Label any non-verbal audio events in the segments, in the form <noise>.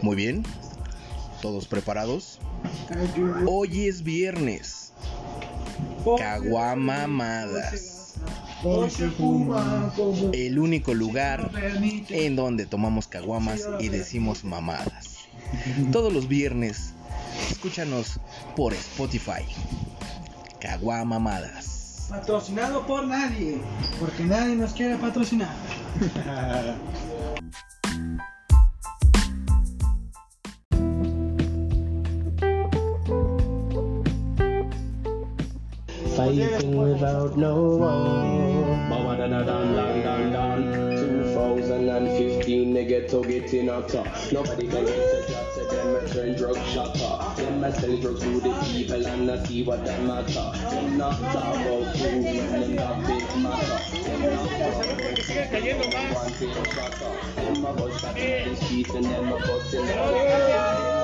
Muy bien, todos preparados. Hoy es viernes. Caguamamadas. El único lugar en donde tomamos caguamas y decimos mamadas. Todos los viernes, escúchanos por Spotify. Caguamamadas. Patrocinado por nadie, porque nadie nos quiere patrocinar. <laughs> Fighting without no one. 2015 nigga to getting hotter. Nobody can get to jobs to them a turn drug shotter. Them a sell drugs to the people and I see what them matter. Them not talk about food and them got big matter. Them not talk about food, one big shotter. Them a bust back in the streets and them a bust in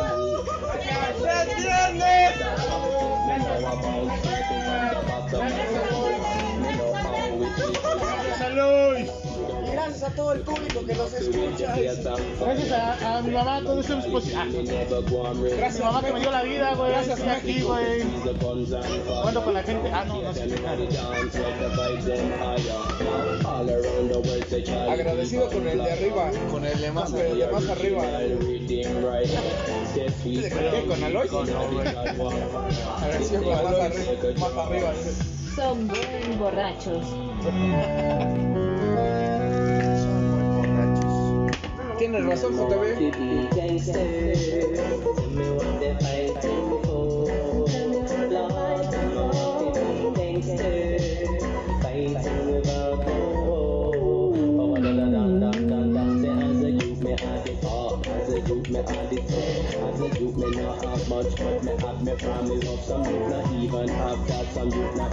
Gracias a todo el público que nos escucha. Gracias a, a mi mamá, todo eso es posible. Gracias, mamá, que me dio la vida, güey. Gracias, estoy aquí, güey. Cuando con la gente. Ah, no, no sé. Agradecido con el de arriba, con el de más, el de más arriba. Te conté con Aloy. Agradecido con el más arriba. Más arriba. Son muy borrachos. Tienes razón, JB.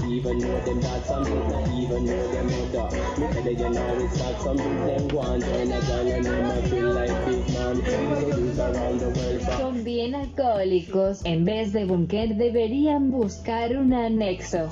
Even know them dad, some youth not even know them mother. Me tell you, you know it's sad, some youth them go and join a gang and them a feel like big man. So youth around the world, but Son bien alcohólicos. En vez de búnker deberían buscar un anexo.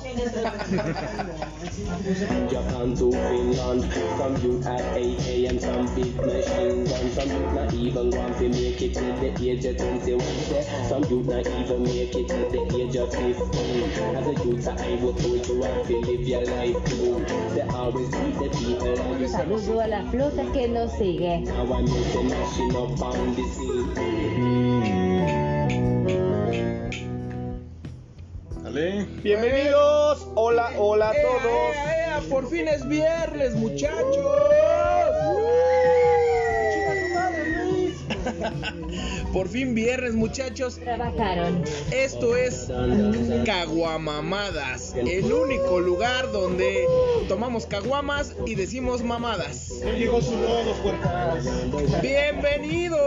Japan to Finland. Some youth at 8 a.m. Some big machine gun. Some youth not even want to make it till the age of 21. say. Some youth not even make it till the age of 15. As a youth, I would told you I feel live your life cool. They always treat the people like Un you saludo a la flota que nos sigue. Now I'm making machine up on the scene. Bienvenidos, hola, hola a ¡Ea, todos. ea! Eh, por fin es viernes, muchachos. Chinga tu madre, Luis. <laughs> Por fin viernes, muchachos. Trabajaron. Esto es Caguamamadas, el único lugar donde tomamos caguamas y decimos mamadas. Llegó su lodo, puertas. ¡Bienvenidos!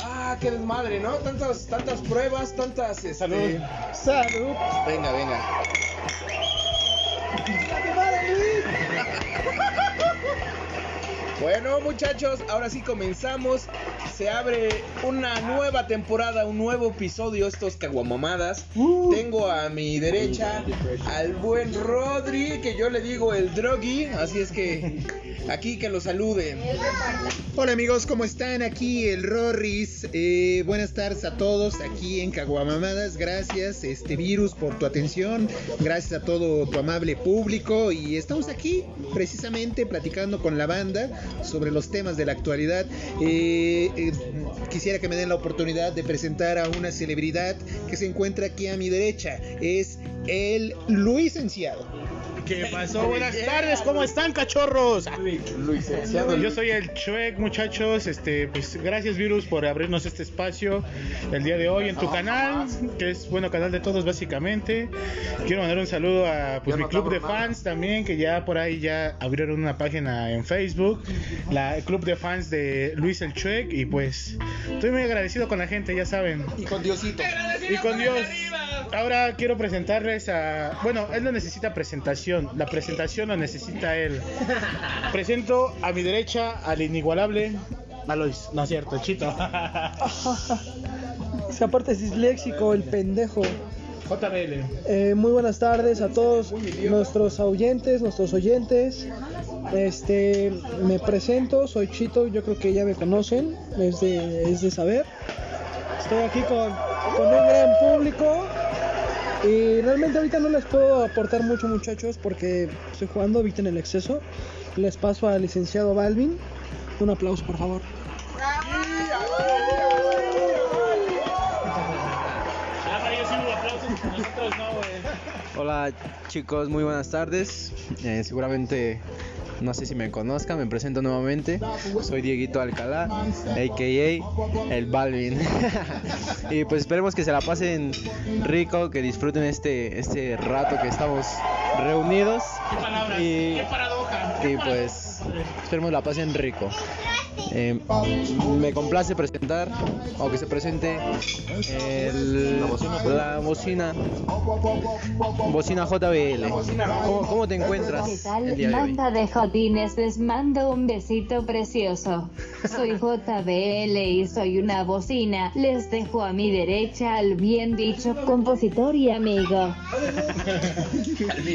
Ah, qué desmadre, ¿no? Tantas, tantas pruebas, tantas. este, Salud. Salud. Venga, venga. <laughs> Bueno muchachos, ahora sí comenzamos. Se abre una nueva temporada, un nuevo episodio, estos caguamamadas. Tengo a mi derecha al buen Rodri, que yo le digo el droggy, así es que aquí que lo salude. Hola amigos, ¿cómo están? Aquí el Rorris. Eh, buenas tardes a todos aquí en Caguamamadas. Gracias, este virus, por tu atención. Gracias a todo tu amable público. Y estamos aquí precisamente platicando con la banda sobre los temas de la actualidad. Eh, eh, quisiera que me den la oportunidad de presentar a una celebridad que se encuentra aquí a mi derecha. Es el Luis Enciado. ¿Qué pasó? Buenas tardes, ¿cómo están, cachorros? Yo soy el Chuec, muchachos. Este, pues gracias, Virus, por abrirnos este espacio el día de hoy en tu canal, que es bueno canal de todos básicamente. Quiero mandar un saludo a pues, mi club de fans también, que ya por ahí ya abrieron una página en Facebook, la el club de fans de Luis el Chuec y pues estoy muy agradecido con la gente, ya saben. Y con Diosito. Y con Dios. Ahora quiero presentarles a. Bueno, él no necesita presentación. La presentación la necesita él. Presento a mi derecha al inigualable. Alois, no <laughs> es cierto, Chito. Si aparte es disléxico, el pendejo. JBL. Eh, muy buenas tardes a todos nuestros oyentes, nuestros oyentes. Este, me presento, soy Chito, yo creo que ya me conocen, es de, es de saber. Estoy aquí con, con un gran público y realmente ahorita no les puedo aportar mucho muchachos porque estoy jugando, eviten el exceso. Les paso al licenciado Balvin. Un aplauso por favor. Hola chicos, muy buenas tardes. Eh, seguramente no sé si me conozcan, me presento nuevamente. Soy Dieguito Alcalá, a.k.a. el Balvin. <laughs> y pues esperemos que se la pasen rico, que disfruten este, este rato que estamos reunidos. y, y pues esperemos la pasen rico. Eh, me complace presentar o que se presente el- la, bocina, bocina JBL. ¿Cómo, cómo te encuentras ¿Qué tal? el día de hoy? Banda de jodines, les mando un besito precioso. Soy <laughs> JBL y soy una bocina. Les dejo a mi derecha al bien dicho compositor y amigo. Hay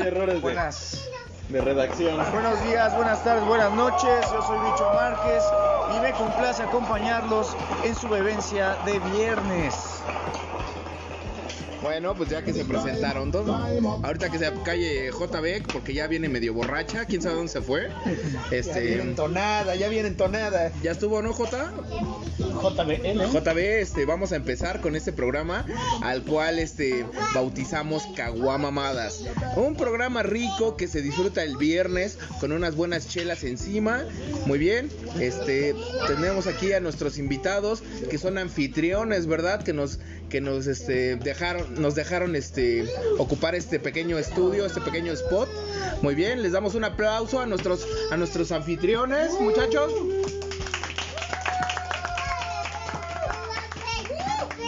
errores de, Eh, Buenas. de redacción. Buenos días, buenas tardes, buenas noches. Yo soy Bicho Márquez y me complace acompañarlos en su bebencia de viernes. Bueno, pues ya que se presentaron todos. Ahorita que se calle JB, porque ya viene medio borracha, quién sabe dónde se fue. Ya viene Este, entonada, ya viene entonada. ya estuvo, ¿no, J? JBL. JB, este, vamos a empezar con este programa al cual este bautizamos Caguamamadas. Un programa rico que se disfruta el viernes con unas buenas chelas encima. Muy bien, este tenemos aquí a nuestros invitados que son anfitriones, ¿verdad? Que nos que nos este dejaron nos dejaron este ocupar este pequeño estudio, este pequeño spot. Muy bien, les damos un aplauso a nuestros a nuestros anfitriones, muchachos.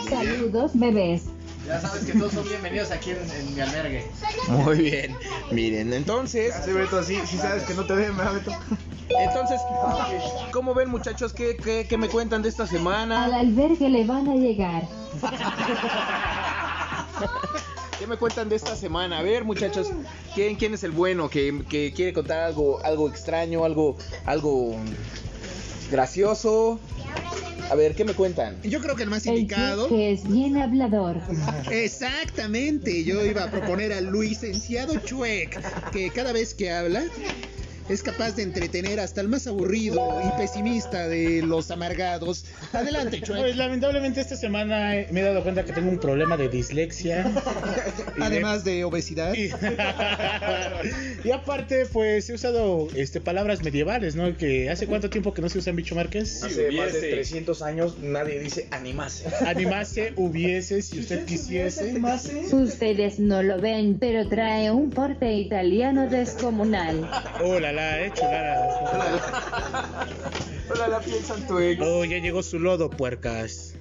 Saludos, bebés. Ya sabes que todos son bienvenidos aquí en, mi albergue. Muy bien. Miren, entonces Sí, Beto, sí, sí sabes que no te ven, ¿verdad, Beto? Entonces, ¿cómo ven muchachos? ¿Qué, qué, qué me cuentan de esta Al semana? albergue le van a llegar. ¿Qué me cuentan de esta semana? A ver muchachos, ¿quién, quién es el bueno que, que quiere contar algo, algo extraño, algo, algo gracioso? A ver, ¿qué me cuentan? Yo creo que el más El indicado. que es bien hablador. Exactamente, yo iba a proponer al licenciado Chuek, que cada vez que habla es capaz de entretener hasta el más aburrido y pesimista de los amargados. Adelante, Pues Chuek. lamentablemente esta semana eh, me he dado cuenta que tengo un problema de dislexia. Y <laughs> de- Además de obesidad. Y, <laughs> y aparte, pues he usado este, palabras medievales, ¿no? Que hace cuánto tiempo que no se usan bicho Márquez. Hace más de hubiese. 300 años nadie dice animase. Animase, hubiese, si usted quisiese. Ustedes no lo ven, pero trae un porte italiano descomunal. Oh, la la, eh, chulada. <laughs> Hola, la piensa en tu ex. Oh, ya llegó su lodo, puercas.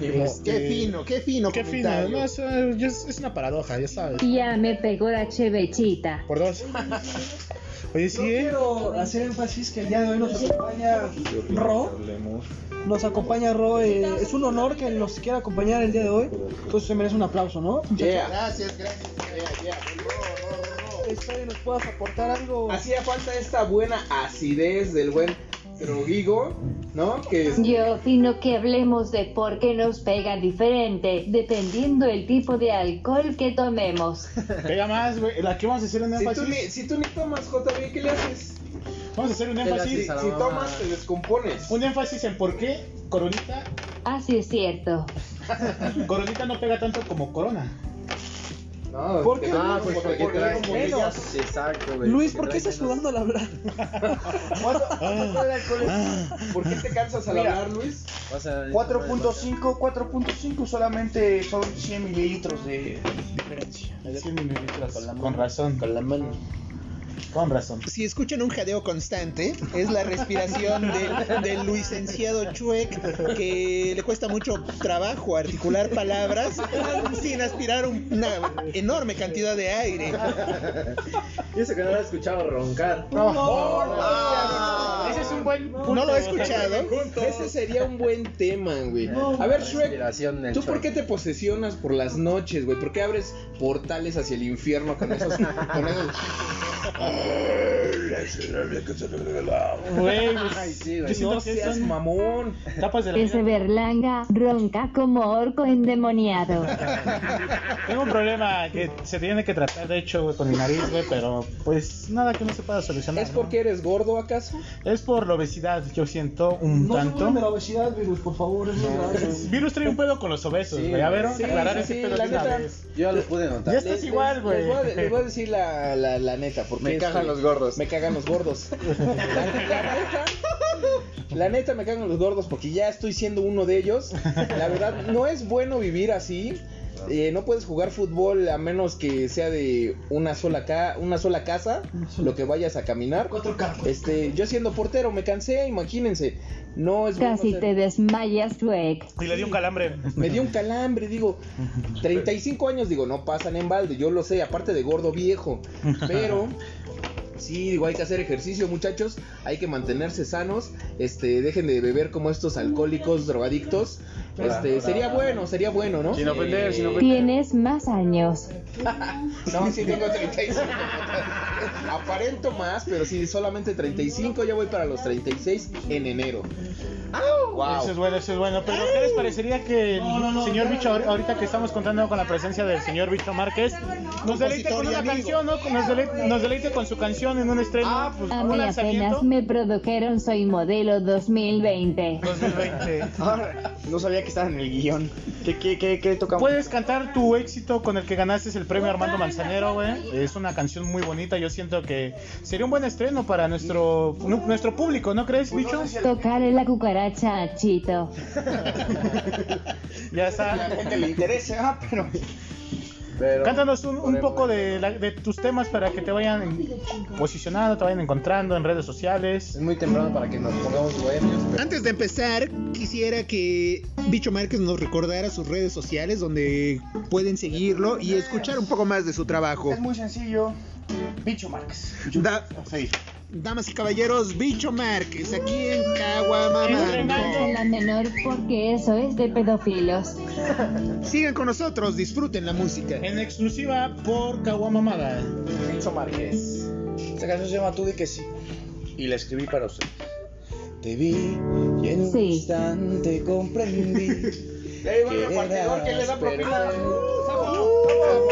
Este, Qué fino, qué fino. Qué fino, comentario. no, es, eh, es- es una paradoja, ya sabes. Ya me pegó la chevechita. Por dos. Oye, sí, ¿eh? Quiero hacer énfasis que el día de hoy nos acompaña Ro. Nos acompaña Ro. eh, es un honor que nos quiera acompañar el día de hoy. Entonces se merece un aplauso, ¿no? Yeah. Gracias, gracias. Yeah, yeah. Espero que nos puedas aportar algo. Hacía falta esta buena acidez del buen Drogigo, ¿no? Que es- Yo opino que hablemos de por qué nos pega diferente, dependiendo el tipo de alcohol que tomemos. <laughs> Pega más, güey. La que vamos a hacer un si, tú ni, énfasis. si tú ni tomas JB, ¿qué le haces? Vamos a hacer un énfasis. Si tomas, te descompones. Un énfasis en por qué Coronita, Así es cierto. Coronita no pega tanto como Corona. No, ¿Por te- qué? Ah, No, pues porque porque traes como menos. ellas- Exacto, güey. Luis, ¿por qué estás sudando al <laughs> hablar? Ah, ¿Por qué te cansas al Ah. Mira. hablar, Luis? 4.5, 4.5 solamente son 100 mililitros de diferencia. Con razón. Con la mano. Con razón. Si escuchan un jadeo constante, es la respiración del, del licenciado Chuek, que le cuesta mucho trabajo articular palabras sin aspirar un- una enorme cantidad de aire. Y eso que no lo he escuchado roncar. Ah, Ese es es un buen punto. No lo he <laughs> escuchado. Ese sería un buen tema, güey. A ver, Shrek, Inspiración del ¿tú por qué te posesionas por las noches, güey? ¿Por qué abres portales hacia el infierno con esos... Con esos... Güey, yo No siento que seas son mamón. tapas de la Ese Berlanga ronca como orco endemoniado. Tengo un problema que se tiene que tratar, de hecho, güey, con mi nariz, güey, pero pues nada que no se pueda solucionar. ¿Es ¿no? porque eres gordo, acaso? Es por la obesidad, yo siento un No se tanto. burlen de la obesidad, virus, por favor. es verdad. <laughs> Virus trae un pedo con los obesos, güey. a ver, vamos sí, a aclarar sí, ese sí, pedo la de una neta. vez. Yo lo pude Ya notar. estás igual, güey. Les voy a, les voy a decir la, la, la neta, porque Me es, cagan güey, los gordos. Me cagan los gordos. La, la neta, la neta me cagan los gordos porque ya estoy siendo uno de ellos. La verdad, no es bueno vivir así. Eh, no puedes jugar fútbol a menos que sea de una sola ca una sola casa, lo que vayas a caminar. Cuatro carros. Este, yo siendo portero me cansé, imagínense. No es bueno Casi ser- te desmayas, Shrek. Y le di un calambre. me dio un calambre, digo, 35 años, digo, no pasan en balde, yo lo sé, aparte de gordo viejo, pero sí, digo, hay que hacer ejercicio, muchachos, hay que mantenerse sanos, este, dejen de beber como estos alcohólicos, drogadictos, este, sería bueno, sería bueno, ¿no? Eh, Sin ofender, sin ofender. Tienes más años. No, sí tengo 35. Aparento más, pero sí, solamente 35, ya voy para los 36 en enero. Eso es bueno, eso es bueno. Pero ¿qué les parecería que el señor Bicho, ahor- ahorita que estamos contando con la presencia del señor Bicho Márquez, nos deleite con una canción, ¿no? Nos deleite, nos deleite con su canción en un estreno, Ah, A Ah, pues, un mí pues, apenas lanzamiento. me produjeron Soy Modelo 2020. <laughs> 2020. Ahora, Ah, no sabía que estaba en el guión. ¿Qué, qué, qué, qué tocamos? Puedes cantar tu éxito con el que ganaste el premio Armando Manzanero, güey. Es una canción muy bonita. Yo siento que sería un buen estreno para nuestro nu- nuestro público, ¿no crees, Pues bicho? Tocarle la cucaracha a Chito. Ya está. gente le interesa, ah, pero. Pero Cántanos un, un poco de, la- de tus temas para que te vayan en- posicionando, te vayan encontrando en redes sociales. Es muy temprano para que nos pongamos bohemios, pero Antes de empezar, quisiera que Bicho Márquez nos recordara sus redes sociales donde pueden seguirlo y escuchar un poco más de su trabajo. Es muy sencillo. Bicho Márquez. Da- Sí. damas y caballeros, Bicho Márquez, aquí en Entrenando. Caguamama. A la menor porque eso es de pedófilos. Sigan con nosotros, disfruten la música. En exclusiva por Caguamamada. Bicho Márquez. Esta canción se llama Tú de que sí. Y la escribí para usted. Te vi y en un Sí. instante <laughs> comprendí. el que repartidor que le da eras propina. Uh, perfecto.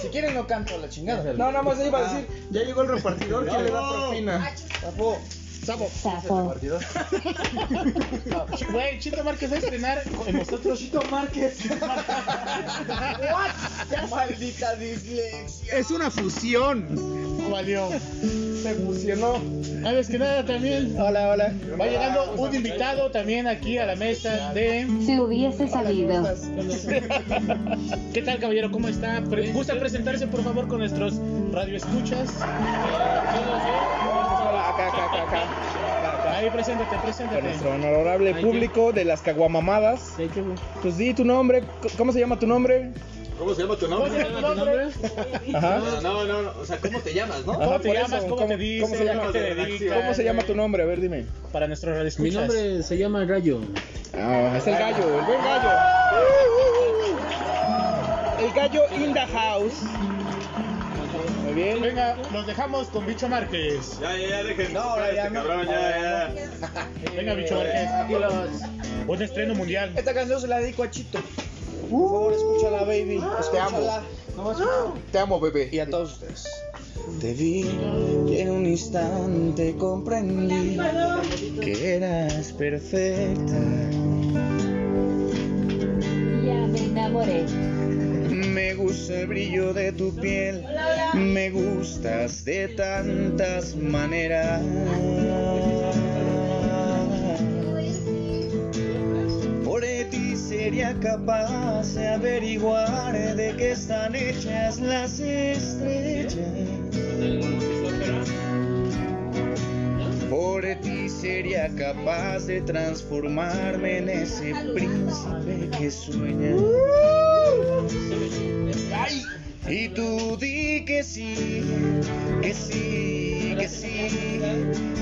Si quieren no canto la chingada. No, nada más iba Ah. a decir, ya llegó el repartidor que le da propina. Sapo. Sapo. Sapo. Ch- Güey, Chito Márquez va a estrenar con nosotros. Chito Márquez. Maldita dislexia. Es una fusión. Valió. Se fusionó. Antes que nada también Hola, hola. va llegando un invitado también aquí a la mesa de... Si hubiese sabido. <laughs> ¿Qué tal, caballero? ¿Cómo está? Pre- ¿Gusta presentarse, por favor, con nuestros radioescuchas? Acá, acá, acá, acá. Ahí, preséntate, Con preséntate. nuestro honorable público de las caguamamadas. Pues di tu nombre, c- ¿cómo se llama tu nombre? ¿Cómo se llama tu ¿Cómo se nombre? llama tu nombre? Ajá. No, no, no, o sea, ¿cómo te llamas, no? ¿Cómo Ajá, te por llamas? eso, ¿Cómo, te ¿cómo- dices? cómo se llama? ¿A qué te dedicas? ¿Cómo se llama tu nombre? A ver, dime. Para nuestros radioescuchas. se llama Gallo. Ah, es el gallo, el buen gallo. El gallo in the house. Muy bien. Venga, los dejamos con Bicho Márquez. Ya, ya, ya, dejen. No, No, ahora ya este no. cabrón, ya, ya. Venga, Bicho Eh, Márquez. Un estreno mundial. Esta canción se la dedico a Chito. Ah. Por favor, escúchala, baby. Escúchala. Te amo, Y bebé. a todos ustedes. Te vi y en un instante comprendí que eras perfecta. Ya me enamoré. Me gusta el brillo de tu piel. Me gustas de tantas maneras. Por ti sería capaz de averiguar de qué están hechas las estrellas. Por ti sería capaz de transformarme en ese príncipe que sueña. Y tú di que sí, que sí, que decir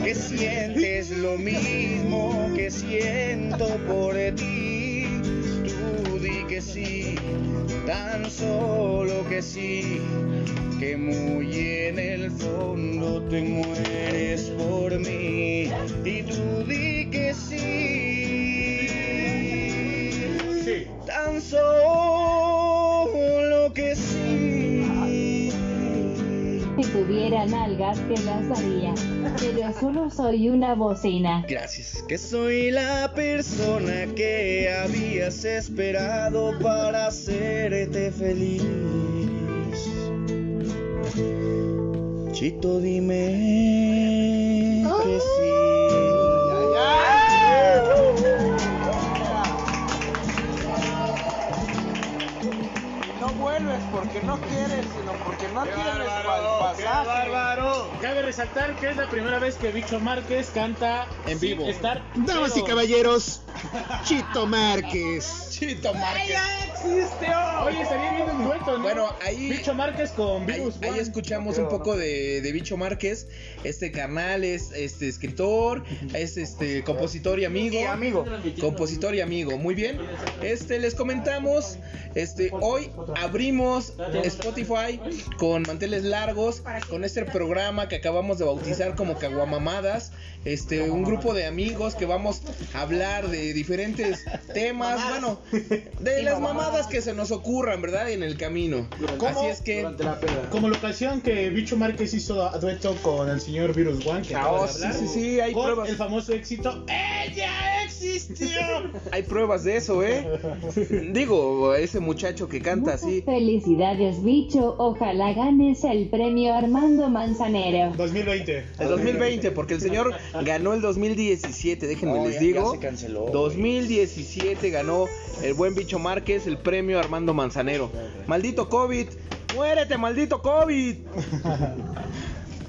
que sientes lo mismo que siento por ti. Tú di que sí, tan solo que sí, que muy en el fondo te mueres por mí. Y tú di que sí. Tan solo que sí. Si tuviera nalgas que las haría, pero solo soy una bocina. Gracias. Que soy la persona que habías esperado para hacerte feliz. Chito, dime que sí. No vuelves porque no quieres, sino porque no tienes pal pasaje. Cabe resaltar que es la primera vez que Bicho Márquez canta En sin vivo. Estar Damas y pedo. caballeros, Chito Márquez. Chito Márquez. Oye, estaría bien un dueto, ¿no? Bueno, ahí- Bicho Márquez con Ahí, Virus. ahí One. escuchamos un poco de, de Bicho Márquez. Este canal es este escritor, es este compositor y amigo. amigo. Compositor y amigo. Muy bien. Este les comentamos. Este hoy abrimos Spotify con manteles largos, con este programa que acabamos de bautizar como Caguamamadas. Este un grupo de amigos que vamos a hablar de diferentes temas. Bueno, de las mamadas que se nos ocurran, ¿verdad? En el camino. Así es que Como la ocasión que Bicho Márquez hizo a- dueto con el señor Virus One, que acaba Ah, oh, de sí, hablar, sí, sí, hay con pruebas. el famoso éxito ¡Ella existió! Hay pruebas de eso, ¿eh? Digo, ese muchacho que canta así. Felicidades, bicho. Ojalá ganes el premio Armando Manzanero. 2020. El 2020, porque el señor ganó el 2017, déjenme les digo. 2017 ganó el buen bicho Márquez el premio Armando Manzanero. Maldito COVID, muérete, maldito COVID.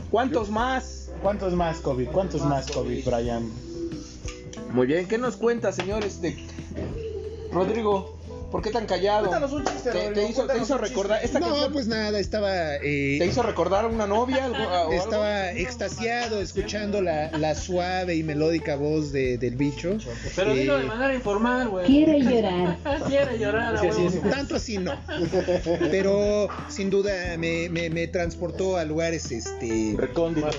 ¿Cuántos más? ¿Cuántos más COVID? ¿Cuántos más COVID, Brian? Muy bien, ¿qué nos cuenta, señor este Rodrigo? ¿Por qué tan callado? Cuéntanos un chiste, Te- te, Rodrigo, hizo, te cuéntanos hizo un recordar esta No, canción. pues nada, estaba. eh, ¿Te hizo recordar a una novia? algo- Ah, o algo? Estaba extasiado escuchando la, la suave y melódica voz de- del bicho. Pero Eh, dilo de manera informal, güey. Quiero llorar. <laughs> Quiere llorar, güey. Tanto así no. Pero sin duda me, me- me transportó a lugares este recónditos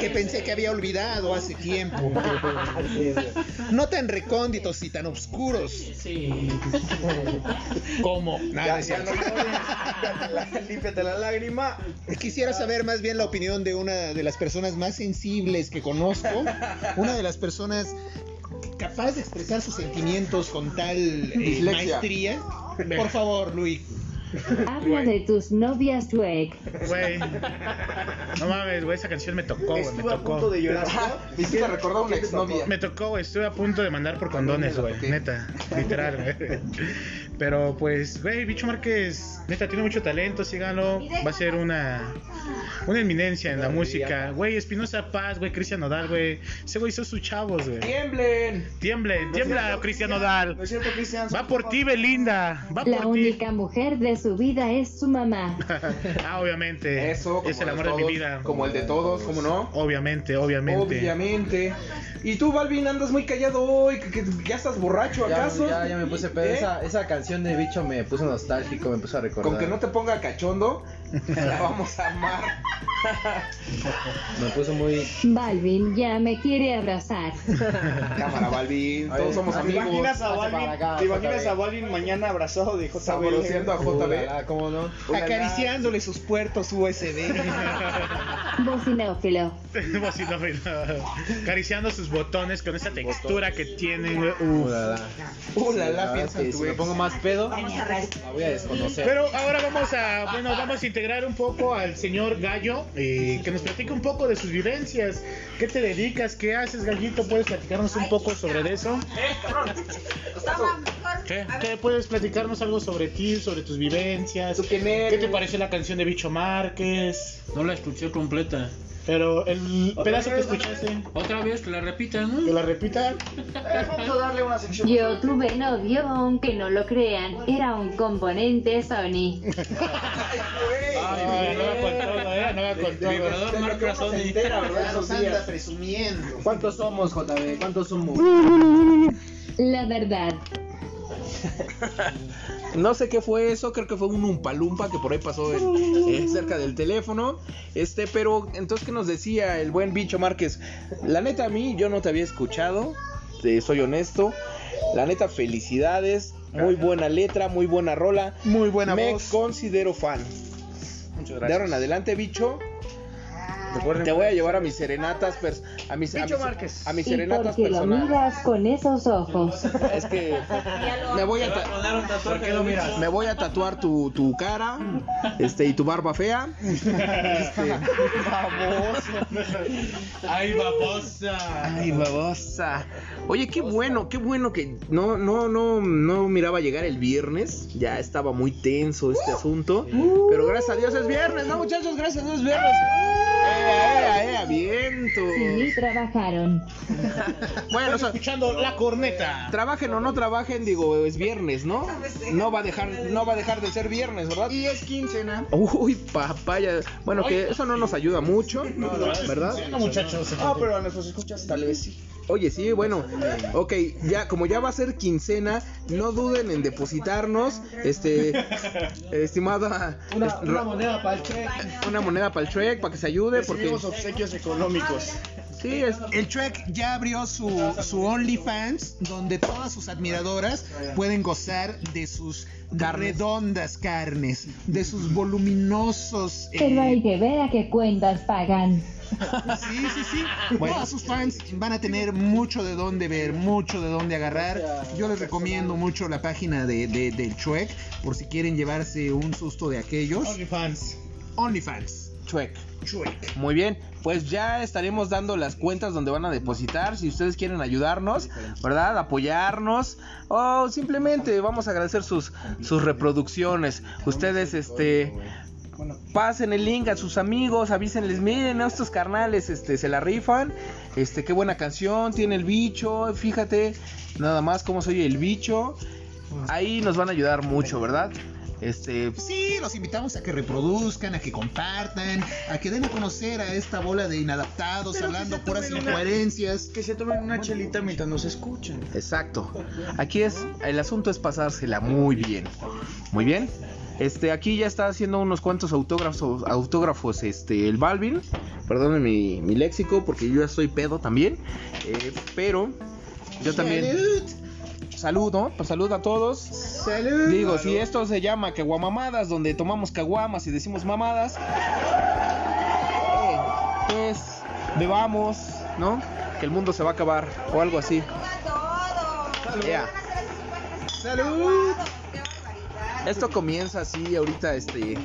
que pensé que había olvidado hace <laughs> tiempo. No tan recónditos y tan oscuros. ¿Cómo? Nada, es cierto. <laughs> Límpiate la lágrima. Quisiera saber más bien la opinión de una de las personas más sensibles que conozco, una de las personas capaz de expresar sus sentimientos con tal eh, Dislexia. maestría. Por favor, Luis. Habla de tus novias, Drake. Güey. No mames, güey, esa canción me tocó, güey. Me Estuve a punto tocó. de llorar. Me hiciste recordar a una exnovia. Me tocó, güey. Estuve a punto de mandar por condones, güey. Neta, literal, güey. Pero pues, güey, Bicho Márquez, neta, tiene mucho talento, síganlo. Va a ser una. Una eminencia en la música. Güey, Espinosa Paz, güey, Cristian Nodal, güey. Ese güey son sus chavos, güey. ¡Tiemblen! Tiemble, tiembla, Cristian Nodal. No es cierto, Cristian. Va por ti, Belinda. Va La por ti. única mujer de su vida es su mamá. ah, obviamente. Eso, como es el de amor de, todos, mi vida. Como el de todos, ¿cómo no? Obviamente, obviamente. <laughs> Obviamente. Y tú, Balvin, andas muy callado hoy. que- que- ¿Ya estás borracho Ya, acaso? ya, ya me puse pedo. ¿Eh? Esa, esa canción de bicho me puso nostálgico, me puso a recordar. Con que no te ponga <laughs> cachondo, la vamos a amar. Me puso muy. Balvin ya me quiere <laughs> abrazar. Cámara, Balvin. Todos somos ¿Te amigos. imaginas a Hazte para acá, Balvin? ¿Te imaginas JB? a Balvin mañana abrazado de Saboreando a JB? JB. ¿Cómo no? Acariciándole sus puertos <laughs> USB. Bocinófilo. Pues Bocinófilo. Acariciando sus botones con esa textura que tienen, güey. Uf. Ulala. Uh, la la, verdad piensa es en que tu si me ex. pongo más pedo, la voy a desconocer. Pero ahora vamos a, bueno, vamos a integrar un poco al señor Gallo, eh, que nos platique un poco de sus vivencias. ¿Qué te dedicas? ¿Qué haces, Gallito? ¿Puedes platicarnos un poco sobre eso? Estaba mejor ¿Qué? ¿Qué? ¿Puedes platicarnos algo sobre ti, sobre tus vivencias? ¿Tú quién eres? ¿Qué te pareció la canción de Bicho Márquez? No la escuché completa. Pero el pedazo que escuchaste, Otra vez que la repitan, que ¿no? la repita. Vamos a darle una sección. Yo tuve novio, aunque no lo crean, era un <laughs> componente Sony. Ay, no la controlo, eh, no la controlo. Vibrador marca Sony. <laughs> Esos días. presumiendo. ¿Cuántos somos, JB? ¿Cuántos somos? La verdad, No sé qué fue eso, creo que fue un umpalumpa que por ahí pasó en- eh, cerca del teléfono. Este, pero entonces, ¿qué nos decía el buen bicho Márquez? La neta, a mí yo no te había escuchado, te soy honesto. La neta, felicidades. Muy buena letra, muy buena rola. Muy buena Me voz. considero fan. Muchas De ahora en adelante, bicho. Te voy a llevar a mis serenatas, pers- a mis, a Bicho mis- Márquez. a mis y serenatas porque lo personales. miras con esos ojos. Es que me voy a, ta- Poner un tatuaje de bicho. me voy a tatuar tu, tu cara este, y tu barba fea. Este, Ay, babosa. Ay, babosa. Oye, qué bueno, qué bueno que no, no, no, no miraba llegar el viernes. Ya estaba muy tenso este asunto. Pero gracias a Dios es viernes, ¿no, muchachos? Gracias a Dios es viernes. Eh, ¡Ea, ea, ea! viento! Sí, trabajaron. Bueno, o sea, Escuchando la corneta. trabajen o no trabajen, digo, es viernes, ¿no? No va a dejar, no va a dejar de ser viernes, ¿verdad? Y es quincena. Uy, papaya. Bueno, que eso no nos ayuda mucho, ¿verdad? Bueno, muchachos. Ah, pero a nuestros escuchas tal vez sí. Oye, sí, bueno, ok, ya, como ya va a ser quincena, no duden en depositarnos, <laughs> este, estimada, Una, est- una ra- moneda para el cheque. una moneda para el Trek, para que se ayude, porque, Recibimos obsequios económicos. sí, es, El Trek ya abrió su, su OnlyFans, donde todas sus admiradoras pueden gozar de sus redondas carnes, de sus voluminosos. eh, Pero hay que ver a qué cuentas pagan. Sí, sí, sí. Todas sus fans van a tener mucho de dónde ver, mucho de dónde agarrar. Yo les recomiendo mucho la página de, de- del Chuec por si quieren llevarse un susto de aquellos. OnlyFans. OnlyFans. Trek. Chuec. Muy bien, pues ya estaremos dando las cuentas donde van a depositar, si ustedes quieren ayudarnos, ¿verdad? Apoyarnos, o simplemente vamos a agradecer sus, sus reproducciones. Ustedes, este... pasen el link a sus amigos, avísenles, miren, estos carnales este, se la rifan, este, qué buena canción tiene el bicho, fíjate, nada más cómo soy el bicho, ahí nos van a ayudar mucho, ¿verdad? Este, Sí, los invitamos a que reproduzcan, a que compartan, a que den a conocer a esta bola de inadaptados hablando puras incoherencias. Que se tomen una chelita mientras nos escuchan. exacto, aquí es, el asunto es pasársela muy bien, muy bien. Este, aquí ya está haciendo unos cuantos autógrafos, autógrafos este, el Balvin. Perdonen mi, mi léxico porque yo ya soy pedo también. eh, pero yo también... Salud, ¿no? Pues salud a todos. Salud. Digo, si esto se llama caguamamadas, donde tomamos caguamas y decimos mamadas, eh, pues bebamos, ¿no? Que el mundo se va a acabar o algo así. Ya. Salud. Esto comienza así, ahorita este.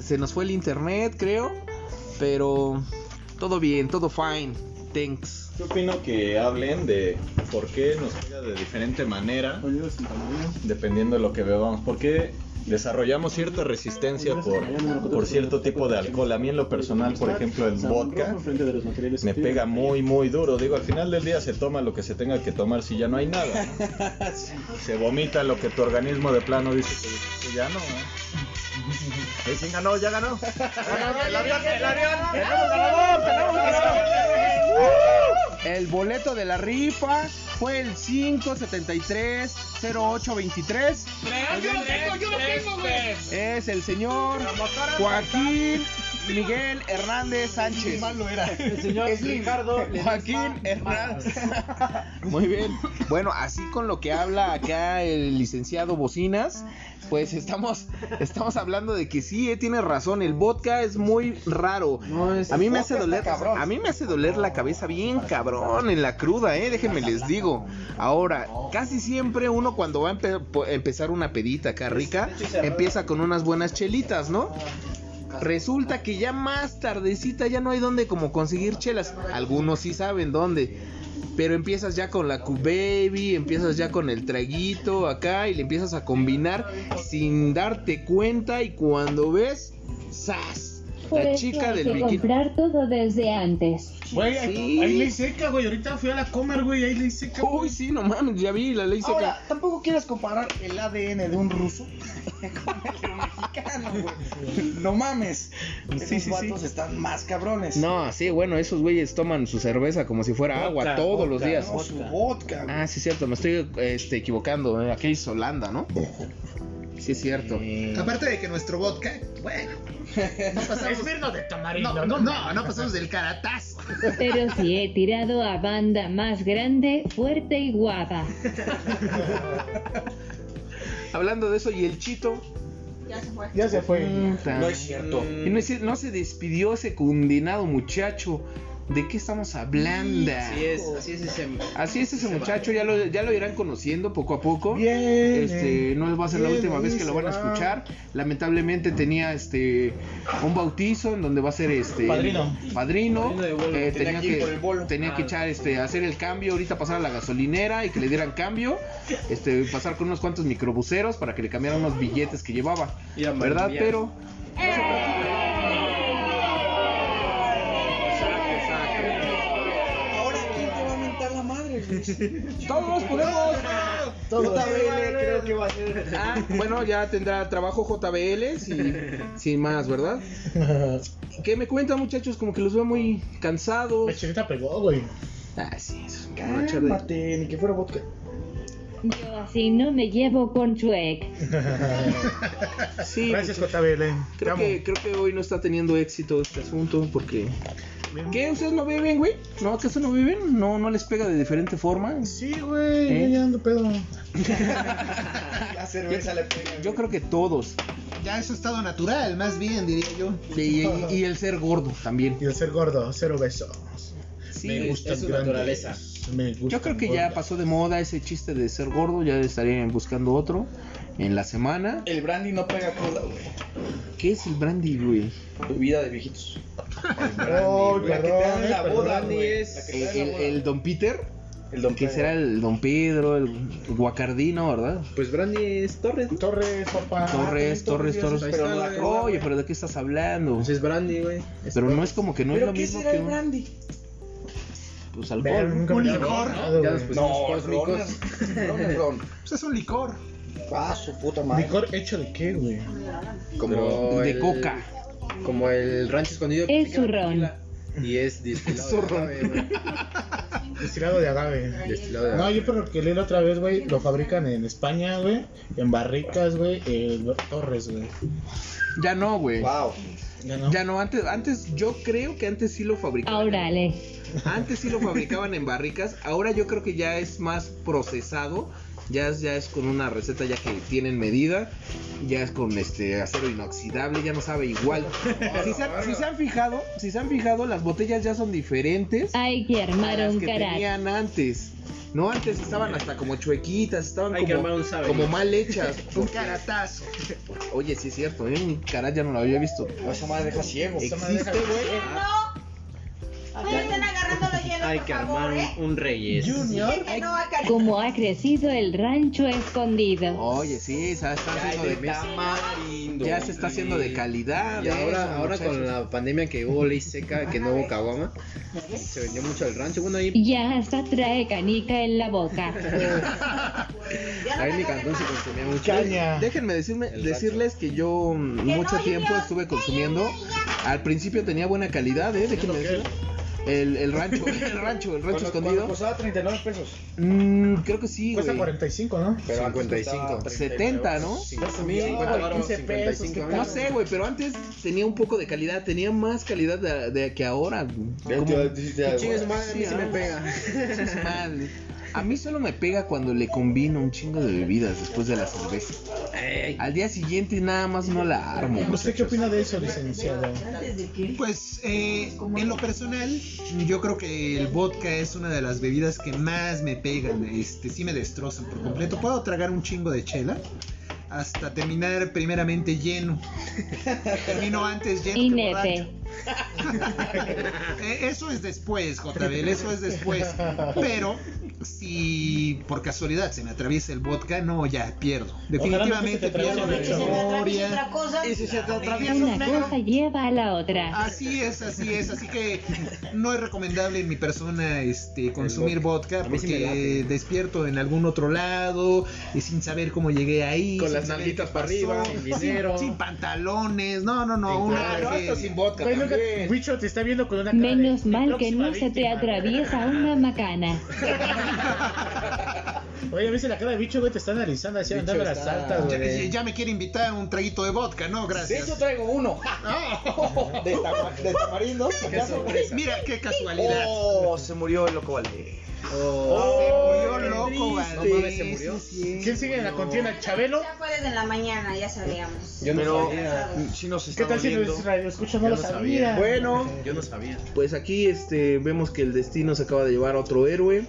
Se nos fue el internet, creo. Pero todo bien, todo fine. Thanks. Yo opino que hablen de por qué nos pega de diferente manera, dependiendo de lo que bebamos. ¿Por qué desarrollamos cierta resistencia por, por cierto tipo de alcohol? A mí en lo personal, por ejemplo, el vodka me pega muy, muy duro. Digo, al final del día se toma lo que se tenga que tomar si ya no hay nada. Se vomita lo que tu organismo de plano dice que, que ya no. ¿eh? Ahí sí ganó? ¿Ya ganó? El boleto de la rifa fue el 573-0823. este, Es el señor Joaquín Miguel Hernández Sánchez. Es Ricardo. <laughs> Joaquín Hernández. Muy bien. Bueno, así con lo que habla acá el licenciado Bocinas, pues estamos, estamos hablando de que sí, eh, tiene razón, el vodka es muy raro. a mí me hace doler, a mí me hace doler la cabeza bien cabrón en la cruda, eh, déjenme les digo. Ahora, casi siempre uno cuando va a empe- po- empezar una pedita acá rica, empieza con unas buenas chelitas, ¿no? Resulta que ya más tardecita ya no hay dónde como conseguir chelas. Algunos sí saben dónde. Pero empiezas ya con la Q-Baby, empiezas ya con el traguito acá y le empiezas a combinar sin darte cuenta y cuando ves, ¡zas! Por La eso chica Pues, hay del que bikini. comprar todo desde antes. Güey, ahí- Sí. ahí ley seca, güey. Ahorita fui a la comer, güey. Ahí ley seca. Uy, sí, no mames, ya vi la ley seca. Ahora, tampoco quieras comparar el ADN de un <laughs> ruso con el de un mexicano, güey. No mames. Esos Sí, sí, sí. vatos están más cabrones. No, sí, bueno, esos güeyes toman su cerveza como si fuera agua todos los días. No, su vodka, güey. Ah, sí, es cierto, me estoy este, equivocando. eh, Aquí es Holanda, ¿no? Sí, es cierto. Aparte de que nuestro vodka, <laughs> bueno, no pasamos, verde de tamarindo. no, no, no, no pasamos del caratazo. Pero sí he tirado a banda más grande, fuerte y guapa. <laughs> Hablando de eso, y el Chito. Ya se fue. No es cierto. no, se despidió ese cundinado muchacho. ¿De qué estamos hablando? Así es, así es ese. Así es ese muchacho, ya lo, ya lo irán conociendo poco a poco. Viene, Este, no va a ser la viene última y vez que se lo van a va. escuchar. Lamentablemente tenía este un bautizo en donde va a ser este Padrino. Padrino. Padrino de bolo. Eh, tenía Tenía que ir por el que bolo. tenía que echar este hacer el cambio, ahorita pasar a la gasolinera y que le dieran cambio. Este, pasar con unos cuantos microbuseros para que le cambiaran unos billetes que llevaba. Y a ¿Verdad? María. Pero Ahora, ¿quién te va a mentar la madre, güey? todos podemos. JBL, creo que va a Ah, bueno, ya tendrá trabajo JBL sin, sin más, ¿verdad? ¿Qué me cuentan, muchachos? Como que los veo muy La cansados. chuleta pegó, güey. Ah, sí, es un borracho de- Cálmate, ni que fuera vodka. <laughs> Yo así no me llevo con Chuek. Sí, Gracias, muchachos. JBL. Te creo amo. que, creo que hoy no está teniendo éxito este asunto porque... ¿Qué? ¿Ustedes no beben, güey? ¿No? ¿Acaso no beben? ¿No, no les pega de diferente forma? Sí, güey. ¿Eh? yo Ya ando pedo. <laughs> La cerveza le pega. Yo creo que todos. Ya es su estado natural, más bien diría yo. Y, y el ser gordo también. Y el ser gordo, ser besos. Sí, me gusta es su naturaleza. Me gusta Yo creo que ya pasó de moda ese chiste de ser gordo, ya estarían buscando otro en la semana. El brandy no <laughs> pega cola, güey. ¿Qué es el brandy, güey? Bebida de viejitos. Oh, La que te dan en la boda, perdón, güey. La que El, te dan en el- la boda. el Don Peter, El don que Pedro. será el Don Pedro, el Guacardino, ¿verdad? Pues Brandy es Torres, ¿no? Torres, papá. Ah, Torres, Torres, Torres. Pero no la cola, Oye, güey. pero ¿de qué estás hablando? Pues es Brandy, güey. Es Pero no es como que no es ¿Pero lo qué mismo será que el un brandy? pues, Ver, alcohol. nunca me había acordado, Ya güey. después- No, Los ron es- ron es ron. Pues es un licor. Ah, su puta madre. ¿Licor hecho de qué, güey? Como de el- coca. Como el rancho escondido. que Es pica la zurrón. tequila Y es destilado. Es zurrón. de agave, güey. Destilado de agave. Destilado de No, agave. yo por lo que leí la otra vez, güey, lo fabrican en España, güey, en barricas, güey, en torres, güey. Ya no, güey. Wow. Ya no. Ya no, antes, antes, yo creo que antes sí lo fabricaban. Ahora le. Antes sí lo fabricaban en barricas, ahora yo creo que ya es más procesado, ya es, ya es con una receta ya que tienen medida, ya es con este acero inoxidable, ya no sabe igual. Si se, han- si se han fijado, si se han fijado, las botellas ya son diferentes a Hay que armar las un que carácter. tenían antes. No, antes estaban hasta como chuequitas, estaban Hay que como, armar un sabe. como mal hechas. <laughs> Un caratazo. Oye, sí es cierto, ¿eh? Ni caray, ya no lo había visto. No, esa madre deja ciego. Existe, güey. Hay que armar ¿eh? un, un reyes. Junior, Como ha crecido el rancho escondido. Oye, sí, se está haciendo de mesa. Ya se está haciendo de calidad. Y ahora, eso, ahora con muchachos. la pandemia que hubo ley seca, que no hubo caguama, se vendió mucho el rancho. Bueno, ahí, Ya hasta trae canica en la <laughs> boca. ahí en mi cantón se consumía mucho. caña. Déjenme decirme, El decirles que yo mm, mucho tiempo estuve consumiendo. Al principio tenía buena calidad, ¿eh? Déjenme decirles. El, el <laughs> rancho, el rancho, el rancho escondido. Costaba 39 pesos. Mm, creo que sí, Cuesta güey. 45, ¿no? Pero 55. 70, ¿no? No sé, güey, pero antes tenía un poco de calidad, tenía más calidad de, de que ahora. Como- Chingues madre, a mí sí me pega. Pinches <laughs> madres. A mí solo me pega cuando le combino un chingo de bebidas después de la cerveza. Al día siguente nada más no la armo. ¿Usted qué opina de eso, licenciado? Pues eh, en lo personal, yo creo que el vodka es una de las bebidas que más me pegan. Este, sí me destrozan por completo. Puedo tragar un chingo de chela. hasta terminar primeramente lleno. Termino antes lleno. que borracho. Inete. <laughs> Eh, Eso es después, JBL, eso es después. Pero si por casualidad se me atraviesa el vodka, no, ya pierdo. Definitivamente pierdo mi memoria. cosa. Y si se te atraviesa un Una negro, cosa lleva a la otra. Así es, así es, así que no es recomendable en mi persona este consumir vodka mí sí me porque despierto en algún otro lado y sin saber cómo llegué ahí, Con sin las saber nalguitas qué para pasó, arriba, sin, sin dinero. sin pantalones, no, no, no, una Claro, tragedia. hasta sin vodka Güey, nunca- también. Wicho te está viendo con una cara de- Menos de mal que próxima no se te víctima. atraviesa una macana. Oye, ¿viste la cara de bicho, güey? Te está analizando así, Bicho andando las está- altas, Ya, ya- <laughs> güey. ya me quiere invitar a un traguito de vodka, no, De gracias. Ah. hecho <laughs> traigo uno. De, tama- de tamarindo. Ya se- Mira qué casualidad. Oh, se murió el loco vale. se murió Oh, qué loco, triste. Valdés. No mames, se murió. Sí, sí. ¿Quién sigue en la contienda? ¿Chabelo? Ya jueves en la mañana, ya <laughs> sabíamos. Yo no Pero sí nos ¿Qué está tal si doliendo. los radio escucha no Yo lo no sabía? sabía. Bueno, Yo no <laughs> sabía. pues aquí este vemos que el destino se acaba de llevar a otro héroe.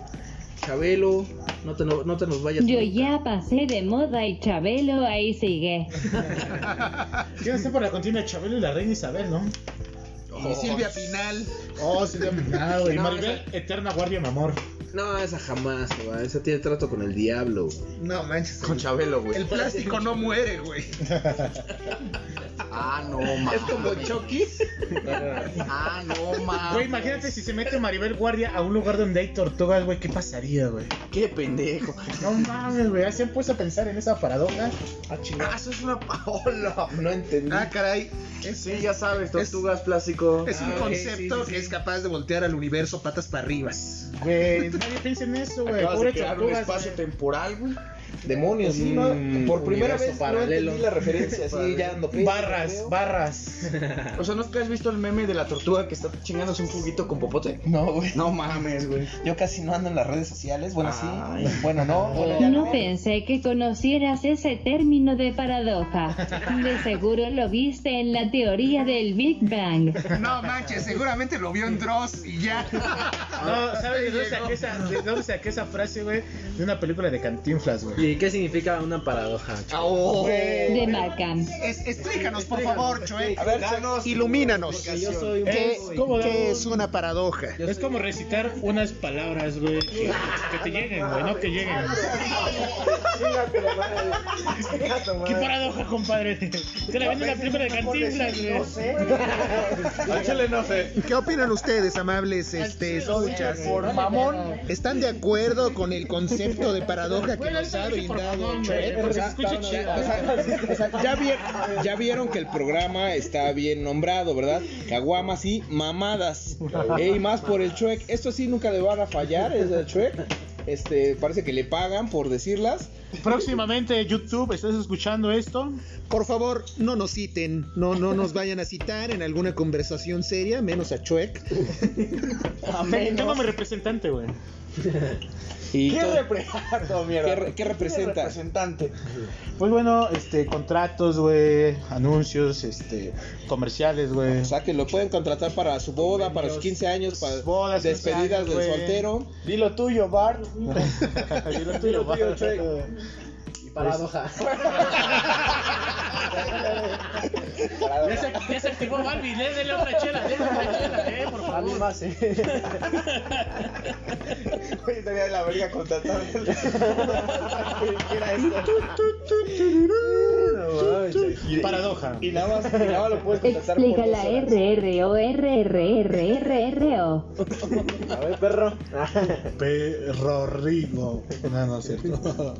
Chabelo, no te, no, no te nos vayas. Yo ya pasé de moda y Chabelo ahí sigue. ¿Quién está por la contienda? Chabelo y la reina Isabel, ¿no? Y Silvia Pinal. Oh, sí, nada, güey. No, Maribel, eterna guardia, mi amor. No, esa jamás, se va. Esa tiene trato con el diablo. No manches. Con Chabelo, güey. El plástico no muere, güey. Ah, no, mames. Es como <laughs> Chucky. ah, no, mames. Güey, imagínate si se mete Maribel Guardia a un lugar donde hay tortugas, güey. ¿Qué pasaría, güey? Qué pendejo. No mames, güey. ¿Se han puesto a pensar en esa paradoja? Ah, Ah, chingada. eso es una paola. No entendí. Ah, caray. sí, ya sabes, tortugas, plástico. Es un Ah, ok, concepto sí, sí, que sí. es capaz de voltear al universo patas para arriba. Güey, nadie piensa en eso, güey. Acabas de Pobre crear un tortugas. espacio güey. temporal, güey. Demonios, mm, sí, Un ¿no? Por primera universo vez no paralelo. entendí la referencia, así ya <laughs> ando pedo, Barras, creo. barras. O sea, ¿nunca has visto el meme de la tortuga que está chingándose un juguito con popote? No, güey. No mames, güey. Yo casi no ando en las redes sociales. Bueno, Ay. sí. Bueno, no. Bueno, ya No pensé que conocieras ese término de paradoja. De seguro lo viste en la teoría del Big Bang. No manches, seguramente lo vio en Dross y ya. No, ¿sabes de dónde saqué esa, de dónde saqué esa frase, güey? De una película de Cantinflas, güey. ¿Y qué significa una paradoja? Oh. De Macam. Es- explícanos, por favor, Choe. A ver, danos ilumínanos. Yo soy un ¿Qué, Es como- qué es una paradoja? Es como recitar unas palabras, güey. Que, que te lleguen, güey, no que lleguen. Qué paradoja, compadre. Te la viendo en la película de Cantinflas, güey. Al chile no sé. ¿Qué opinan ustedes, amables este, escuchas? Por mamón. ¿Están de acuerdo con el concepto de paradoja que nos ha brindado Choe? Porque se escucha chido. ya, vi- ya vieron que el programa está bien nombrado, ¿verdad? Caguamas y mamadas. Y más por el chuec. Esto sí nunca le van a fallar, es el chuec. Este, parece que le pagan por decirlas. Próximamente, YouTube, ¿estás escuchando esto? Por favor, no nos citen, no, no nos vayan a citar en alguna conversación seria, menos a Chuec. Ten- Tengo a mi representante, güey. <laughs> Y todo- representa, ¿Qué, re- qué representa? Pues bueno, este, contratos, güey, anuncios, este, comerciales, güey. O sea, que lo pueden contratar para su boda, para sus 15 años, para Sus bodas, 15 despedidas años, del güey. soltero. Dilo <laughs> tuyo, Bart. Dilo tuyo, tuyo, Chuec. Paradoja. <laughs> Ya se, ya se activó Balvin, eh, denle otra chela, denle otra chela, eh, por A mí favor. más, eh. Estaría de la verga contratar. Paradoja. Y nada más, y nada más lo puedes contratar por Explica la dos horas. R, R, O, R, R, R, R, R, O. A ver, perro. Perro Rigo. No, no es <laughs> cierto.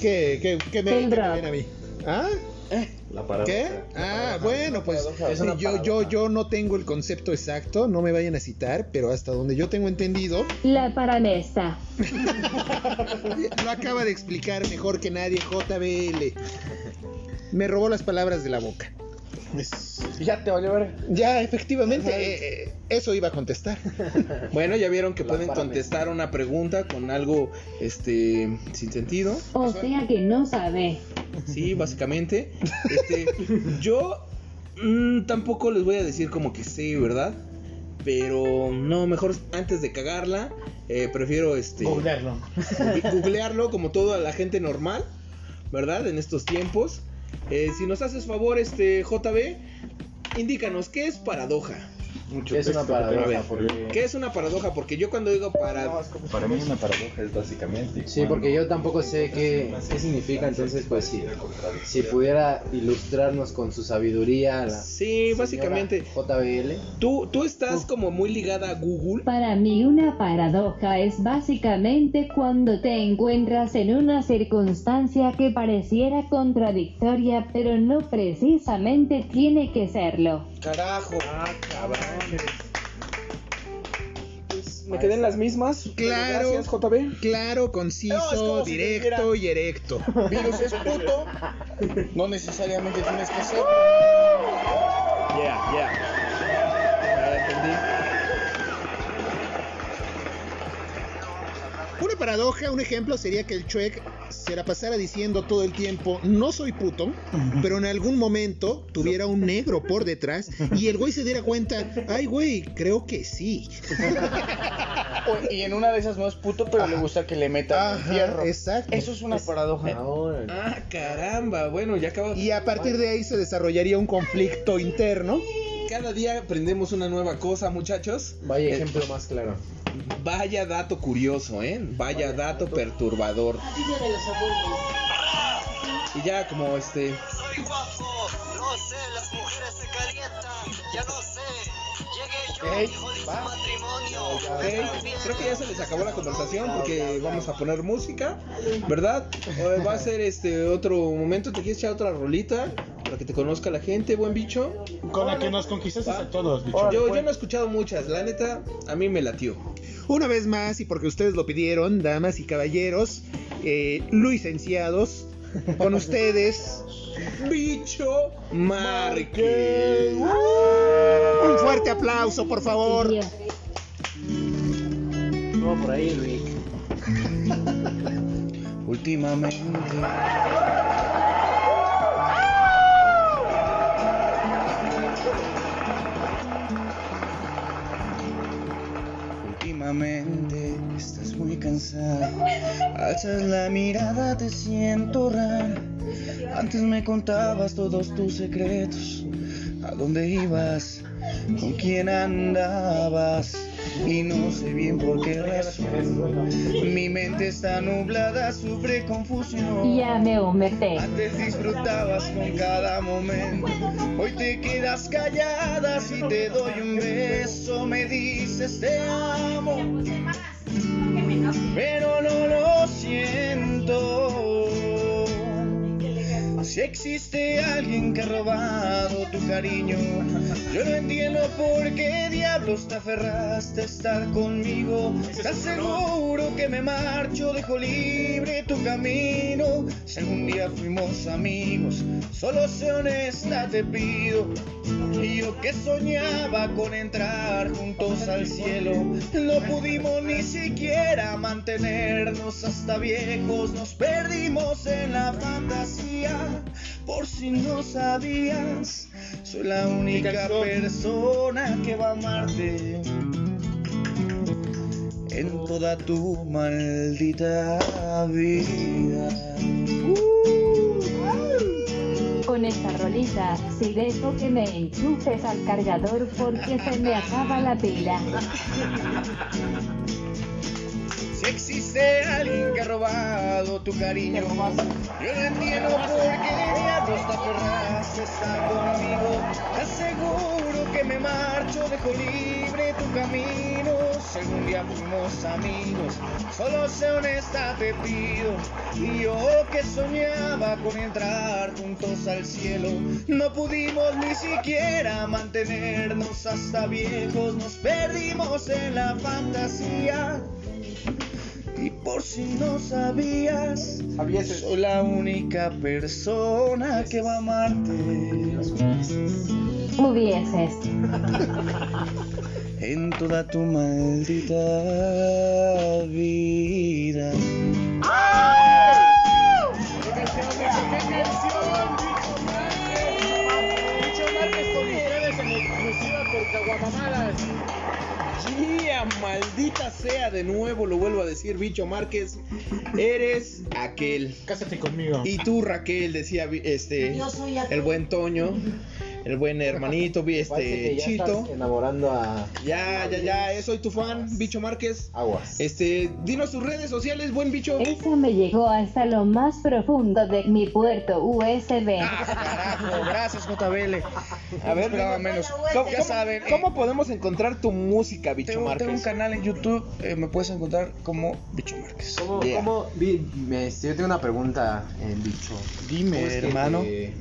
¿Qué, qué, qué me, El qué me rap. ven a mí? ¿Ah? La paradoja. ¿Qué? Ah, bueno, pues yo, yo, yo no tengo el concepto exacto, no me vayan a citar, pero hasta donde yo tengo <laughs> entendido, La paramesta. lo acaba de explicar mejor que nadie JBL. Me robó las palabras de la boca. Ya te valió ver. Ya, efectivamente, eh, eh, eso iba a contestar. Bueno, ya vieron que La pueden parame. contestar una pregunta con algo este sin sentido. O sea que no sabe. Sí, básicamente. Este, yo mm, tampoco les voy a decir como que sí, ¿verdad? Pero no, mejor antes de cagarla, eh, prefiero este Googlearlo. googlearlo como toda la gente normal. ¿verdad? En estos tiempos. Eh, si nos haces favor, este JB, indícanos, ¿qué es paradoja? Mucho Es texto, una paradoja, A ver, porque- ¿Qué es una paradoja? Porque yo cuando digo para... Para mí una paradoja es básicamente. Sí, porque yo tampoco sé qué, qué significa, entonces pues sí, si pudiera ilustrarnos con su sabiduría. La sí, básicamente. JBL. Tú, tú estás como muy ligada a Google. Para mí una paradoja es básicamente cuando te encuentras en una circunstancia que pareciera contradictoria, pero no precisamente tiene que serlo. Carajo. Ah, Me quedé en las mismas. Claro. Gracias, JB. Claro, conciso, directo y erecto. Virus es puto. No necesariamente tienes que ser. Yeah, Una paradoja, un ejemplo sería que el Chuec se la pasara diciendo todo el tiempo, no soy puto, pero en algún momento tuviera un negro por detrás y el güey se diera cuenta, ay güey, creo que sí. <laughs> O- y en una de esas no es puto, pero le gusta que le metan Ajá, fierro. exacto. Eso es una paradoja. Ah, caramba. Bueno, ya acabamos. Y a partir de ahí se desarrollaría un conflicto interno. Cada día aprendemos una nueva cosa, muchachos. Vaya Eh, ejemplo más claro. Vaya dato curioso, ¿eh? Vaya, dato, perturbador. Y ya como este... Soy guapo, no sé, las mujeres se calientan, ya no sé. Llegué yo, Ey, hijo de su va. matrimonio. Ok, creo que ya se les acabó la conversación porque vamos a poner música, ¿verdad? O va a ser este otro momento, te quieres echar otra rolita para que te conozca la gente, buen bicho. Con la que Pues. nos conquistaste a todos, bicho. Yo, yo no he escuchado muchas, la neta, a mí me latió. Una vez más, y porque ustedes lo pidieron, damas y caballeros, eh, licenciados, con ustedes, Bicho Marque. Un fuerte aplauso, por favor. No, por ahí, <laughs> Rick. Últimamente. Últimamente estás muy cansado. Alzas la mirada, te siento raro. Antes me contabas todos tus secretos. ¿A dónde ibas? ¿Con quién andabas? Y no sé bien por qué razón. Mi mente está nublada, sufre confusión. Ya me humecté. Antes disfrutabas con cada momento. Hoy te quedas callada si te doy un beso. Me dices te amo. Pero no lo siento. Si existe alguien que ha robado tu cariño, yo no entiendo por qué diablos te aferraste a estar conmigo. Estás seguro que me marcho, dejo libre tu camino. Si algún día fuimos amigos, solo sé honesta, te pido. Y yo que soñaba con entrar juntos al cielo, no pudimos ni siquiera mantenernos hasta viejos, nos perdimos en la fantasía. Por si no sabías, soy la única persona que va a amarte en toda tu maldita vida. Con esta rolita, si dejo que me enchufes al cargador porque se me acaba la pila. Si existe alguien que ha robado tu cariño, yo no entiendo por qué diablos te aferraste a estar conmigo. Te aseguro que me marcho, dejo libre tu camino. Si algún día fuimos amigos, solo sé honesta, te pido. Y yo que soñaba con entrar juntos al cielo, no pudimos ni siquiera mantenernos hasta viejos, nos perdimos en la fantasía. Y por si no sabías, soy la única persona que va a amarte Hubieses. en toda tu maldita vida. Muchas gracias con ustedes en exclusiva por Caguamamadas. Yeah. sea, maldita sea, de nuevo lo vuelvo a decir, bicho Márquez, eres aquel. Cásate conmigo. Y tú, Raquel, decía vi- este Yo soy aquel. el buen Toño, el buen hermanito, vi este Chito. enamorando a. Ya, ya, ya, eh, soy tu fan, bicho Márquez. Aguas. Este, dinos tus redes sociales, buen bicho. Eso me llegó hasta lo más profundo de mi puerto USB. Gracias, JBL. A ver, Esperaba menos. ¿Cómo, Ya cómo- saben, eh. ¿Cómo podemos encontrar tu música, bicho Tengo, Márquez? tengo un canal en YouTube, eh, me puedes encontrar como Bicho Márquez. ¿Cómo, Yeah. cómo- vi- me- este, yo tengo una pregunta en dicho. Dime, ¿Cómo es que hermano. te-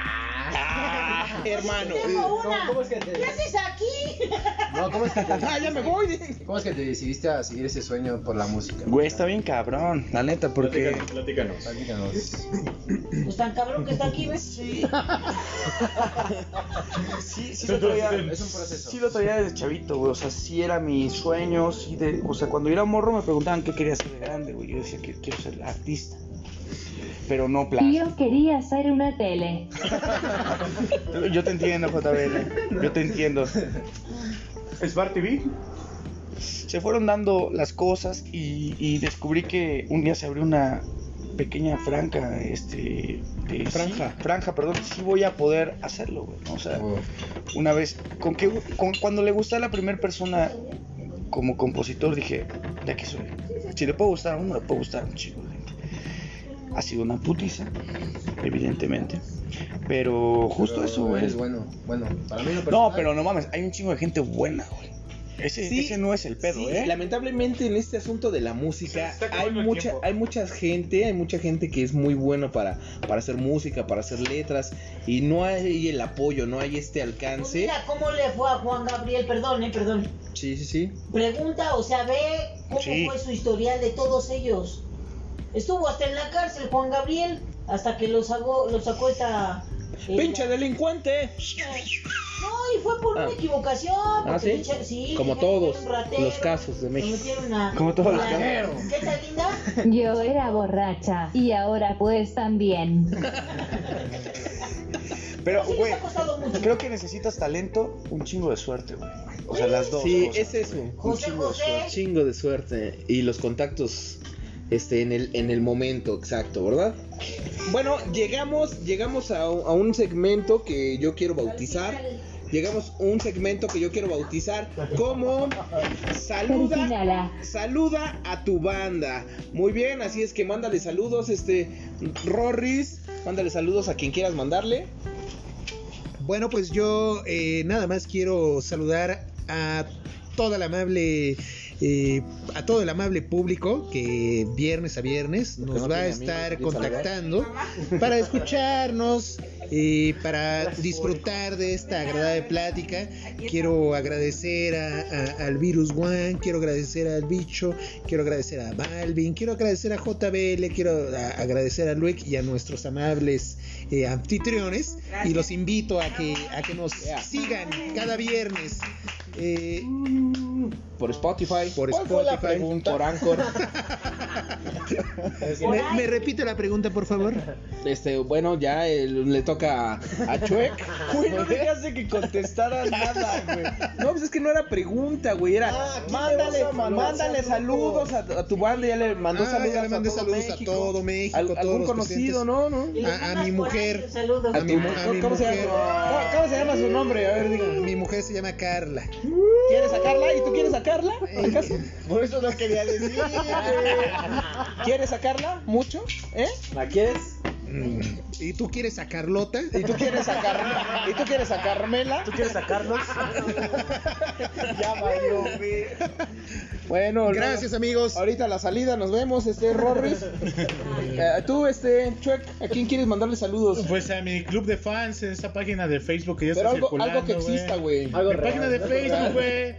Ah, hermano. ¿Cómo- cómo es que te- ¿Qué haces aquí? No, ¿cómo es <laughs> que te- Ah, ya me voy. ¿Cómo es que te decidiste a seguir ese sueño por la música? Güey, está bien cabrón, la neta, porque... Platícanos, platícanos. Platícanos. Pues tan cabrón que está aquí, ¿ves? Pues Sí. Sí, sí lo traía, Es un proceso. sí lo traía desde chavito, güey, o sea, sí era mi sueño, sí de- o sea, cuando era morro me preguntaban qué quería ser de grande, güey, yo decía que quiero ser artista, pero no plan. Y yo quería hacer una tele. Yo te entiendo, JBL. Yo te entiendo. ¿Smart TV? Se fueron dando las cosas y, y descubrí que un día se abrió una pequeña franca, este, de- Franja. sí, franja, perdón, sí voy a poder hacerlo, güey, ¿no? O sea, una vez, con que, con, cuando le gusté a la primera persona como compositor, dije, de aquí soy. Si le puedo gustar a uno, le puedo gustar a un chico. Ha sido una putiza, evidentemente. Pero justo Pero eso, güey. Eres bueno, bueno. Para mí lo No, personal- pero no mames, hay un chingo de gente buena, güey. Ese, Sí, ese no es el pedo, Sí, ¿eh? Lamentablemente en este asunto de la música Se está hay acabando el mucha, tiempo. hay mucha gente, hay mucha gente que es muy buena para, para hacer música, para hacer letras y no hay el apoyo, no hay este Pues alcance. mira cómo le fue a Juan Gabriel, perdón, eh, perdón. Sí, sí, sí. Pregunta, o sea, ve cómo Sí. fue su historial de todos ellos. Estuvo hasta en la cárcel Juan Gabriel, hasta que lo sacó, lo sacó esta... eh, Pinche delincuente. No, y fue por Ah. una equivocación. porque ¿sí? pinche- sí, Como le metieron todos un ratero, los casos de le México. metieron a- Como todos los a- casos. ¿Qué tal, linda? Yo era borracha y ahora pues también. Pero, Sí, güey, nos ha costado mucho. creo que necesitas talento, un chingo de suerte, güey. O sea, las dos. Sí, cosas, es eso. güey. José José. Chingo de suerte y los contactos este en el en el momento exacto, ¿verdad? Bueno, llegamos llegamos a, un- a un segmento que yo quiero bautizar. Llegamos a un segmento que yo quiero bautizar como saluda Cristinala. saluda a tu banda. Muy bien, así es que mándale saludos este Rorris, mándale saludos a quien quieras mandarle. Bueno, pues yo eh, nada más quiero saludar a toda la amable. eh, a todo el amable público que viernes a viernes nos no va a tiene amigos, estar quiere saludar. contactando para escucharnos y para disfrutar de esta agradable plática. Quiero agradecer a- a- al Virus One, quiero agradecer al Bicho, quiero agradecer a Balvin, quiero agradecer a JBL, quiero a- agradecer a Luik y a nuestros amables eh, anfitriones y los invito a que, a que nos sigan cada viernes eh, Por Spotify, por ¿Cuál fue la Spotify. pregunta? <laughs> por Anchor. ¿Me, me repite la pregunta, por favor? Este, bueno, ya eh, le toca a <laughs> Chuec. Güey, no dejaste que contestaras nada, güey. <laughs> No, pues es que no era pregunta, güey. Era, Ah, mándale, mándale saludos a, a tu banda. Ya le mandó Ah, saludos, ya le mandé a, todo saludos a México. todo México, Al- todos algún los conocido, presentes. ¿no? ¿no? Y le A- a mandas mi por ahí mujer. tus saludos. A mi mu- a mi ¿Cómo, se mujer. llama? ¿Cómo- cómo se llama su nombre? A ver, Mi, diga. mujer se llama Carla. Eh, ¿Quieres sacarla? ¿Y tú quieres sacarla? ¿Acaso? Por eso no quería decir. ¿Quieres sacarla? ¿Mucho? ¿Eh? ¿La quieres? Mm. ¿Y tú quieres a Carlota? ¿Y tú quieres sacar? ¿Y tú quieres a Carmela? ¿Tú quieres sacarlos? <laughs> Ya valió, güey. Bueno, Gracias, luego- amigos. Ahorita a la salida nos vemos, este <laughs> Rorris. Eh, tú, este Chuec, ¿a quién quieres mandarle saludos? Pues a mi club de fans, en esa página de Facebook que ya Pero está algo, circulando, algo que exista, güey. Mi página de Facebook, güey.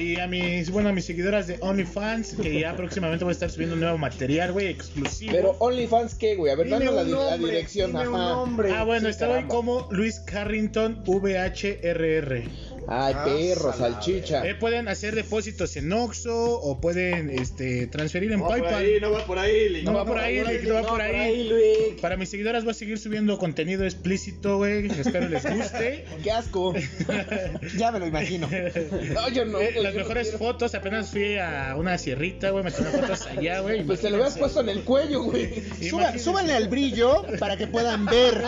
Y a mis, bueno, a mis seguidoras de OnlyFans, <laughs> que ya próximamente voy a estar subiendo nuevo material, güey, exclusivo. Pero OnlyFans, ¿qué, güey? A ver, Dime danos la, un di- la nombre, dirección. dime un ajá. nombre. ah, bueno, Sí, estaba ahí caramba. como Luis Carrington VHRR. Ay, Ah, perro, salchicha. Eh, pueden hacer depósitos en Oxxo o pueden este, transferir en No va por PayPal. ahí, no va por ahí, Lick. No va por ahí, Lick, no va por ahí. Para mis seguidoras voy a seguir subiendo contenido explícito, güey. Espero les guste. Qué <laughs> asco. ya me lo imagino. Eh, Las mejores fotos, apenas fui a una sierrita, güey. Me tomé fotos allá, güey. Pues te lo hubieras puesto en el cuello, güey. Suba- súbanle al <laughs> brillo para que puedan ver.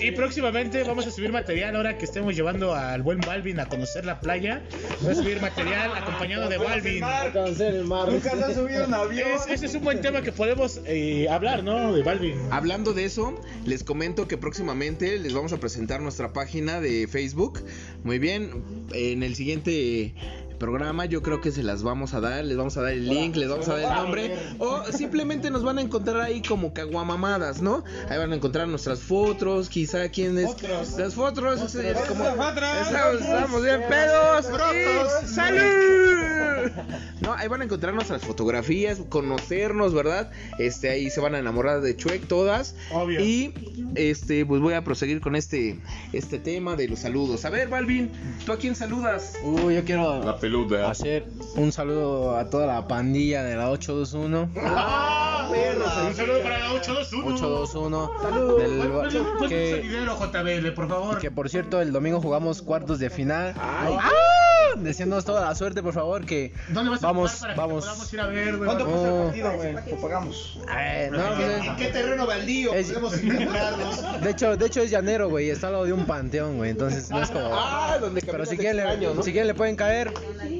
Y, y próximamente vamos a subir material ahora que estemos llevando al buen Balvin a conocer la playa. Voy a subir material acompañado de pues, Balvin. Nunca se ha subido un avión. Es- ese es un buen tema que podemos eh, hablar, ¿no? De Balvin. Hablando de eso, les comento que próximamente les vamos a presentar nuestra página de Facebook. Muy bien, en el siguiente programa yo creo que se las vamos a dar, les vamos a dar el link, les vamos a dar el nombre o simplemente nos van a encontrar ahí como caguamamadas, ¿no? Ahí van a encontrar nuestras fotos, quizá quienes las fotos, eh, como- estamos, estamos bien pedos, Y- salud. No, ahí van a encontrar nuestras fotografías, conocernos, ¿verdad? Este, ahí se van a enamorar de Chuec todas. Obvio. Y este, pues voy a proseguir con este, este tema de los saludos. A ver, Balvin, ¿tú a quién saludas? Uy, yo quiero hacer un saludo a toda la pandilla de la 821. Ah, Ah, Un saludo para la 821. 821. Saludos. del- Fue- fue un que- seguidero, JBL, por favor. Que por cierto, el domingo jugamos cuartos de final. ¡Ah! Deseándonos toda la suerte, por favor, que ¿Dónde vas a vamos, jugar para que te vamos. podamos ir a ver, güey? ¿Cuánto cuesta el Oh. partido, güey? Lo pagamos. Eh, no, pues, ¿En qué terreno baldío Es- <laughs> podemos encontrarnos? de hecho, de hecho es llanero, güey, está al lado de un panteón, güey, entonces no es como. Ah, donde Pero caminas si quieren, extraño, ¿no? le, si quieren le pueden caer,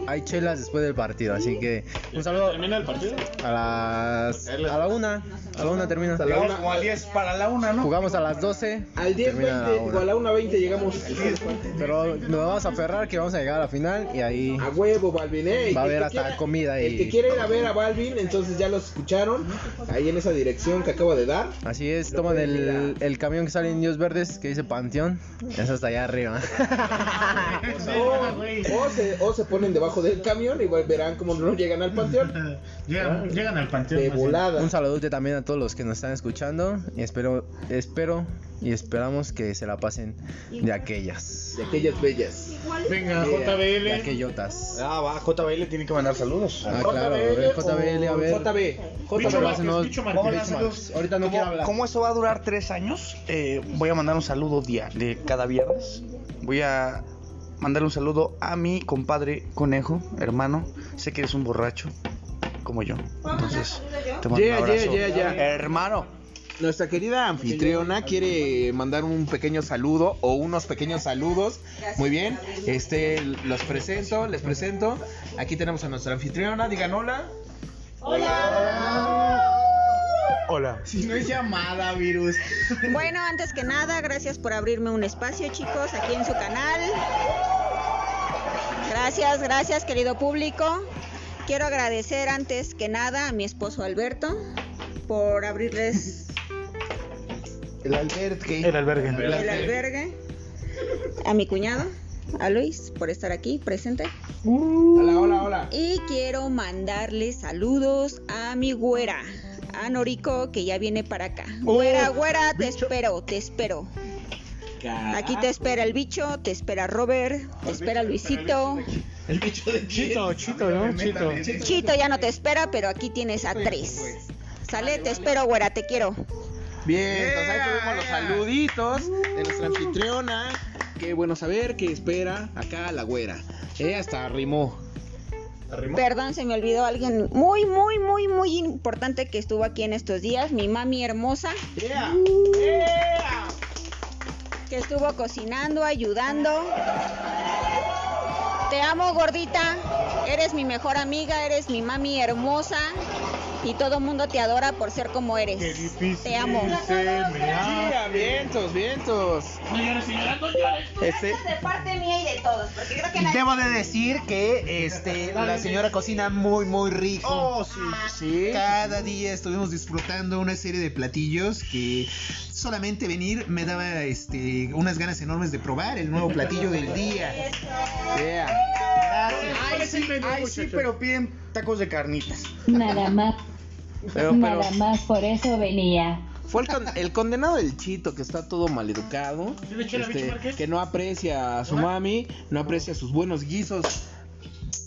hay chelas después del partido, así que un saludo. ¿Termina el partido? A las a la una, a la una termina. A la una. O a 10 para la 1, ¿no? Jugamos a las 12. Al 10 termina a la una. o a la 1.20 llegamos. Pero nos vamos a aferrar que vamos a llegar a la final y ahí A huevo, Balvin, eh. El va a haber que hasta quiera- comida y El que quiere ir a ver a Balvin, entonces ya los escucharon. Ahí en esa dirección que acabo de dar. Así es, toman el, el camión que sale en Indios Verdes que dice Panteón, es hasta allá arriba. O, o se, o se ponen debajo del camión y bueno, verán cómo no llegan al panteón. <laughs> Ah, Llegan, llegan al panteón. De más bien. volada. Un saludote también a todos los que nos están escuchando y espero, espero y esperamos que se la pasen de aquellas. De aquellas bellas. Yeah. Venga, JBL. De aquellotas. Ah, va, JBL tiene que mandar saludos. Ah, claro, a ver, JBL, a ver. JB. Bicho JB. Vázquez, Pásenos- Bicho Vamos Márquez. a Bicho hacer Márquez. los- Ahorita no como- quiero hablar. Como eso va a durar tres años, eh, voy a mandar un saludo diario de cada viernes. Voy a mandar un saludo a mi compadre conejo, hermano. Sé que eres un borracho, como yo. Entonces, te mando Yeah, un abrazo. yeah, yeah, yeah. Hermano. Nuestra querida anfitriona quiere mandar un pequeño saludo o unos pequeños saludos. Muy bien, este los presento, les presento. Aquí tenemos a nuestra anfitriona, digan hola. Hola. Si no es llamada, virus. Bueno, antes que nada, gracias por abrirme un espacio, chicos, aquí en su canal. Gracias, gracias, querido público. Quiero agradecer antes que nada a mi esposo Alberto por abrirles El albergue. El albergue. el albergue. A mi cuñado, a Luis, por estar aquí presente. Hola, hola, hola. Y quiero mandarle saludos a mi güera, a Noriko, que ya viene para acá. Oh, Güera, güera, te espero, te espero. Aquí te espera el bicho, te espera Robert, te espera Luisito. El bicho de Chito, chito, ¿no? Chito. Chito ya no te espera, pero aquí tienes a tres. Sale, te espero, güera, te quiero. Bien, entonces ahí tuvimos los saluditos de nuestra anfitriona. Qué bueno saber que espera acá la güera. Ella hasta arrimó. Perdón, se me olvidó alguien muy, muy, muy, muy importante que estuvo aquí en estos días, mi mami hermosa. Que estuvo cocinando, ayudando. Te amo, gordita. Eres mi mejor amiga, eres mi mami hermosa. Y todo mundo te adora por ser como Qué eres. difícil. Te amo. se me hace. Mira, vientos, vientos. No llores, señora, no llores. Este, De parte mía y de todos, porque creo que nadie- debo de decir que este, la señora cocina muy, muy rico. Oh, Cada día estuvimos disfrutando una serie de platillos que solamente venir me daba este, unas ganas enormes de probar el nuevo platillo del día. Yeah. Ay, sí, ay, sí, pero piden tacos de carnitas. Nada más, <laughs> Pero, pero, nada más por eso venía. Fue el, con- el condenado del chito que está todo maleducado. ¿Sí le eché la este, bicha Márquez? que no aprecia a su mami, no aprecia sus buenos guisos.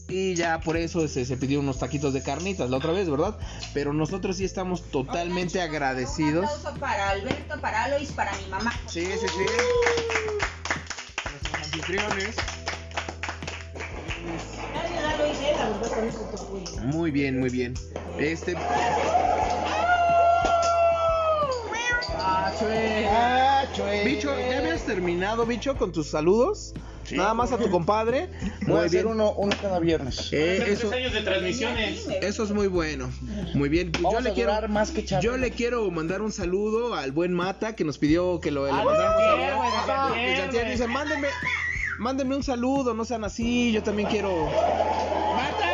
Y ya por eso se, se pidió unos taquitos de carnitas la otra vez, ¿verdad? Pero nosotros sí estamos totalmente agradecidos. aplauso para Alberto, para Alois, para mi mamá. Sí, sí, sí. Anfitriones. Nadie da lo hice, la verdad, con esto te apoyo. Muy bien, muy bien. Este. Bicho, ¿ya habías terminado, bicho, con tus saludos? Nada más a tu compadre. Voy a Muy hacer bien. uno, uno cada viernes. Eh, eso, años de transmisiones. eso es muy bueno. Muy bien. Yo Vamos le a quiero durar más que Chabelo. Yo le quiero mandar un saludo al buen Mata que nos pidió que lo le mandáramos Gatier, saludos. güey, Gatier, Y Gatier güey. dice, "Mándenme mándenme un saludo, no sean así, yo también quiero." ¡Mata!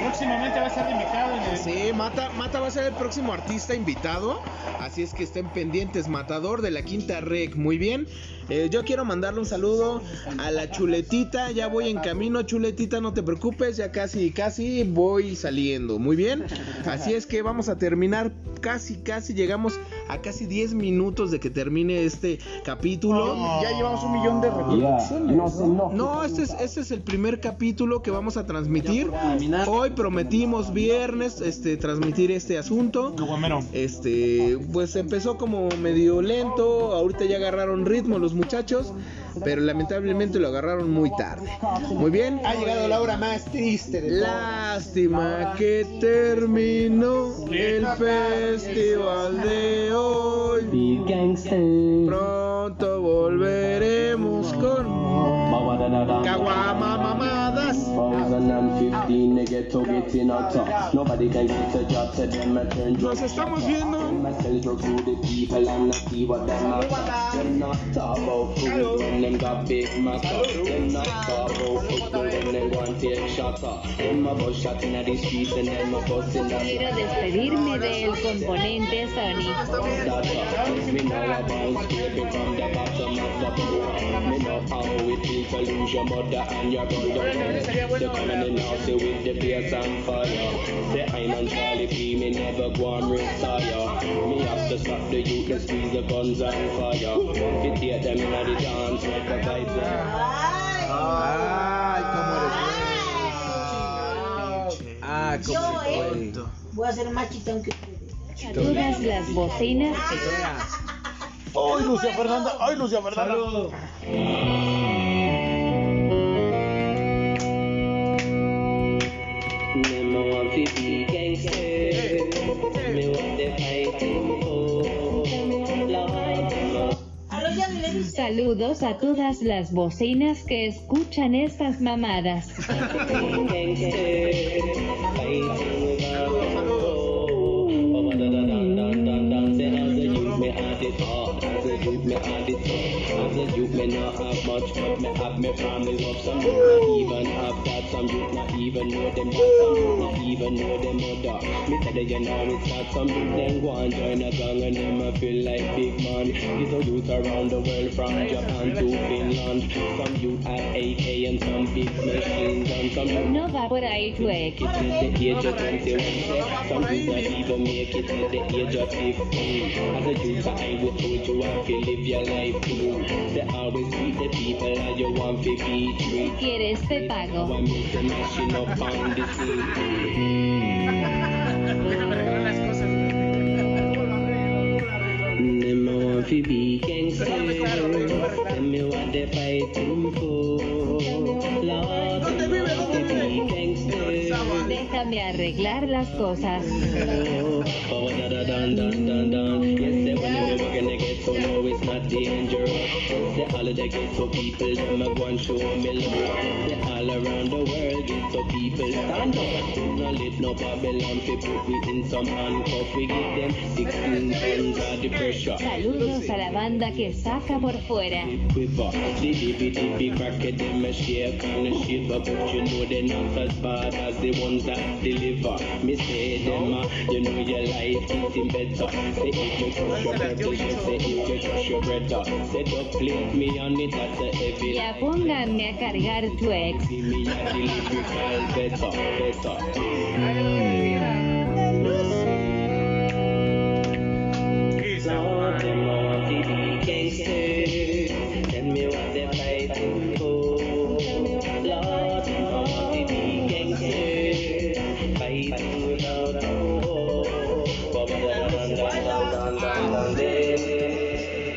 Próximamente va a ser invitado en el. Sí, Mata, Mata va a ser el próximo artista invitado. Así es que estén pendientes, Matador de la Quinta Rec. Muy bien. Eh, yo quiero mandarle un saludo a la chuletita. Ya voy en camino, chuletita, no te preocupes. Ya casi, casi voy saliendo. Muy bien. Así es que vamos a terminar. Casi, casi llegamos a casi 10 minutos de que termine este capítulo. Ya llevamos un millón de reproducciones. No, No, este es, este es el primer capítulo que vamos a transmitir. Hoy prometimos viernes este, transmitir este asunto. Guamero. Este, pues empezó como medio lento, ahorita ya agarraron ritmo los muchachos, pero lamentablemente lo agarraron muy tarde. Muy bien. Ha llegado la hora más triste de Lástima que terminó el festival de hoy. Pronto volveremos con Caguama Mamadas. Nos Nos estamos viendo. Quiero despedirme del componente Sony. Ay, cómo eres bueno. Ah, cómo Yo, eres ¿eh? bueno. Voy a ser más chitón que ustedes. Todas las bocinas que ¡Ay, Lucia Fernanda! ¡Ay, Lucia Fernanda! A los ya ni les dice. Saludos a todas las bocinas que escuchan estas mamadas. No va por ahí, güey. Si quieres, te pago. Déjame arreglar las cosas. Saludos a la banda que saca por fuera. Ya pónganme a cargar tu ex.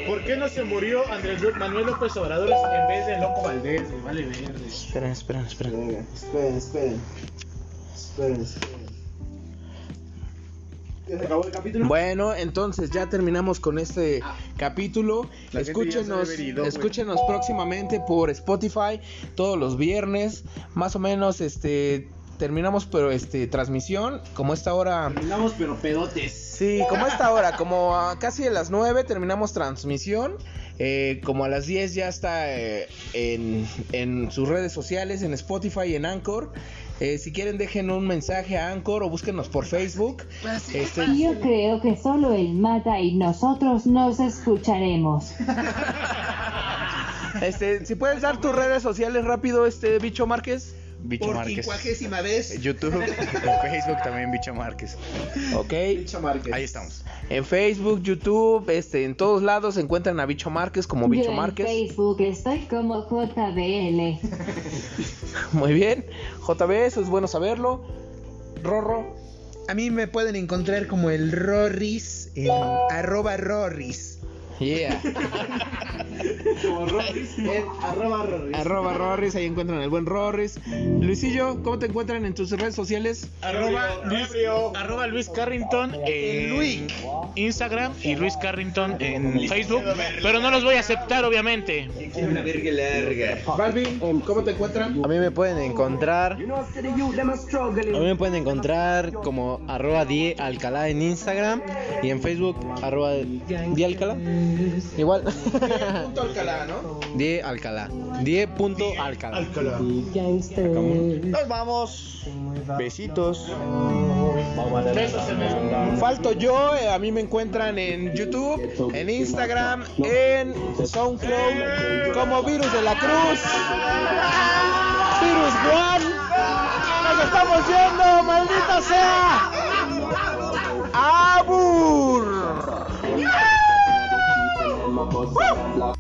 ¿Por qué no se murió Andrés Lu- Manuel López Obrador en vez de Loco Valdés? güey? Vale verde. Esperen, esperen, esperen. Venga, esperen, esperen. Esperen, esperen. ¿Ya se acabó el capítulo? Bueno, entonces ya terminamos con este capítulo. La gente ya Escúchenos, se ha venido, güey. escúchenos próximamente por Spotify todos los viernes, más o menos este terminamos pero este transmisión como esta hora Terminamos, pero pedotes. Sí, como a esta hora, como a casi a las 9 terminamos transmisión. eh, como a las 10 ya está eh, en, en sus redes sociales, en Spotify y en Anchor. Eh, si quieren, dejen un mensaje a Anchor o búsquenos por Facebook. Pues Este, Yo creo que solo él mata y nosotros nos escucharemos. este, si puedes dar tus redes sociales rápido, este bicho Márquez. Bicho Por Márquez. quincuagésima vez. YouTube, en Facebook también Bicho Márquez. Ok. Ahí estamos. En Facebook, YouTube, este, en todos lados se encuentran a Bicho Márquez como Yo Bicho en Márquez. Facebook estoy como JBL. <laughs> Muy bien. JB, eso es bueno saberlo. Rorro. A mí me pueden encontrar como el Rorris en arroba Rorris. <laughs> Yeah. Como Rorris, en arroba Rorris. Eh, Arroba Rorris, ahí encuentran al buen Rorris. Luisillo, ¿cómo te encuentran en tus redes sociales? Arroba Luis, arroba Luis Carrington eh, en <laughs> Instagram y Luis Carrington en Facebook. Pero no los voy a aceptar, obviamente. Una verga larga. Balvin, em, ¿cómo te encuentran? A mí me pueden encontrar. You know, instead of you, them are struggling. A mí me pueden encontrar como arroba die alcalá en Instagram y en Facebook arroba die alcalá. Igual. <laughs> Punto Alcalá, ¿no? Die alcalá. Die punto alcalá. Nos vamos. Besitos. Falto yo, eh, a mí me encuentran en YouTube, en Instagram, en SoundCloud, como Virus de la Cruz, Virus One. ¡Nos estamos yendo, maldita sea! ¡Abur! Woo!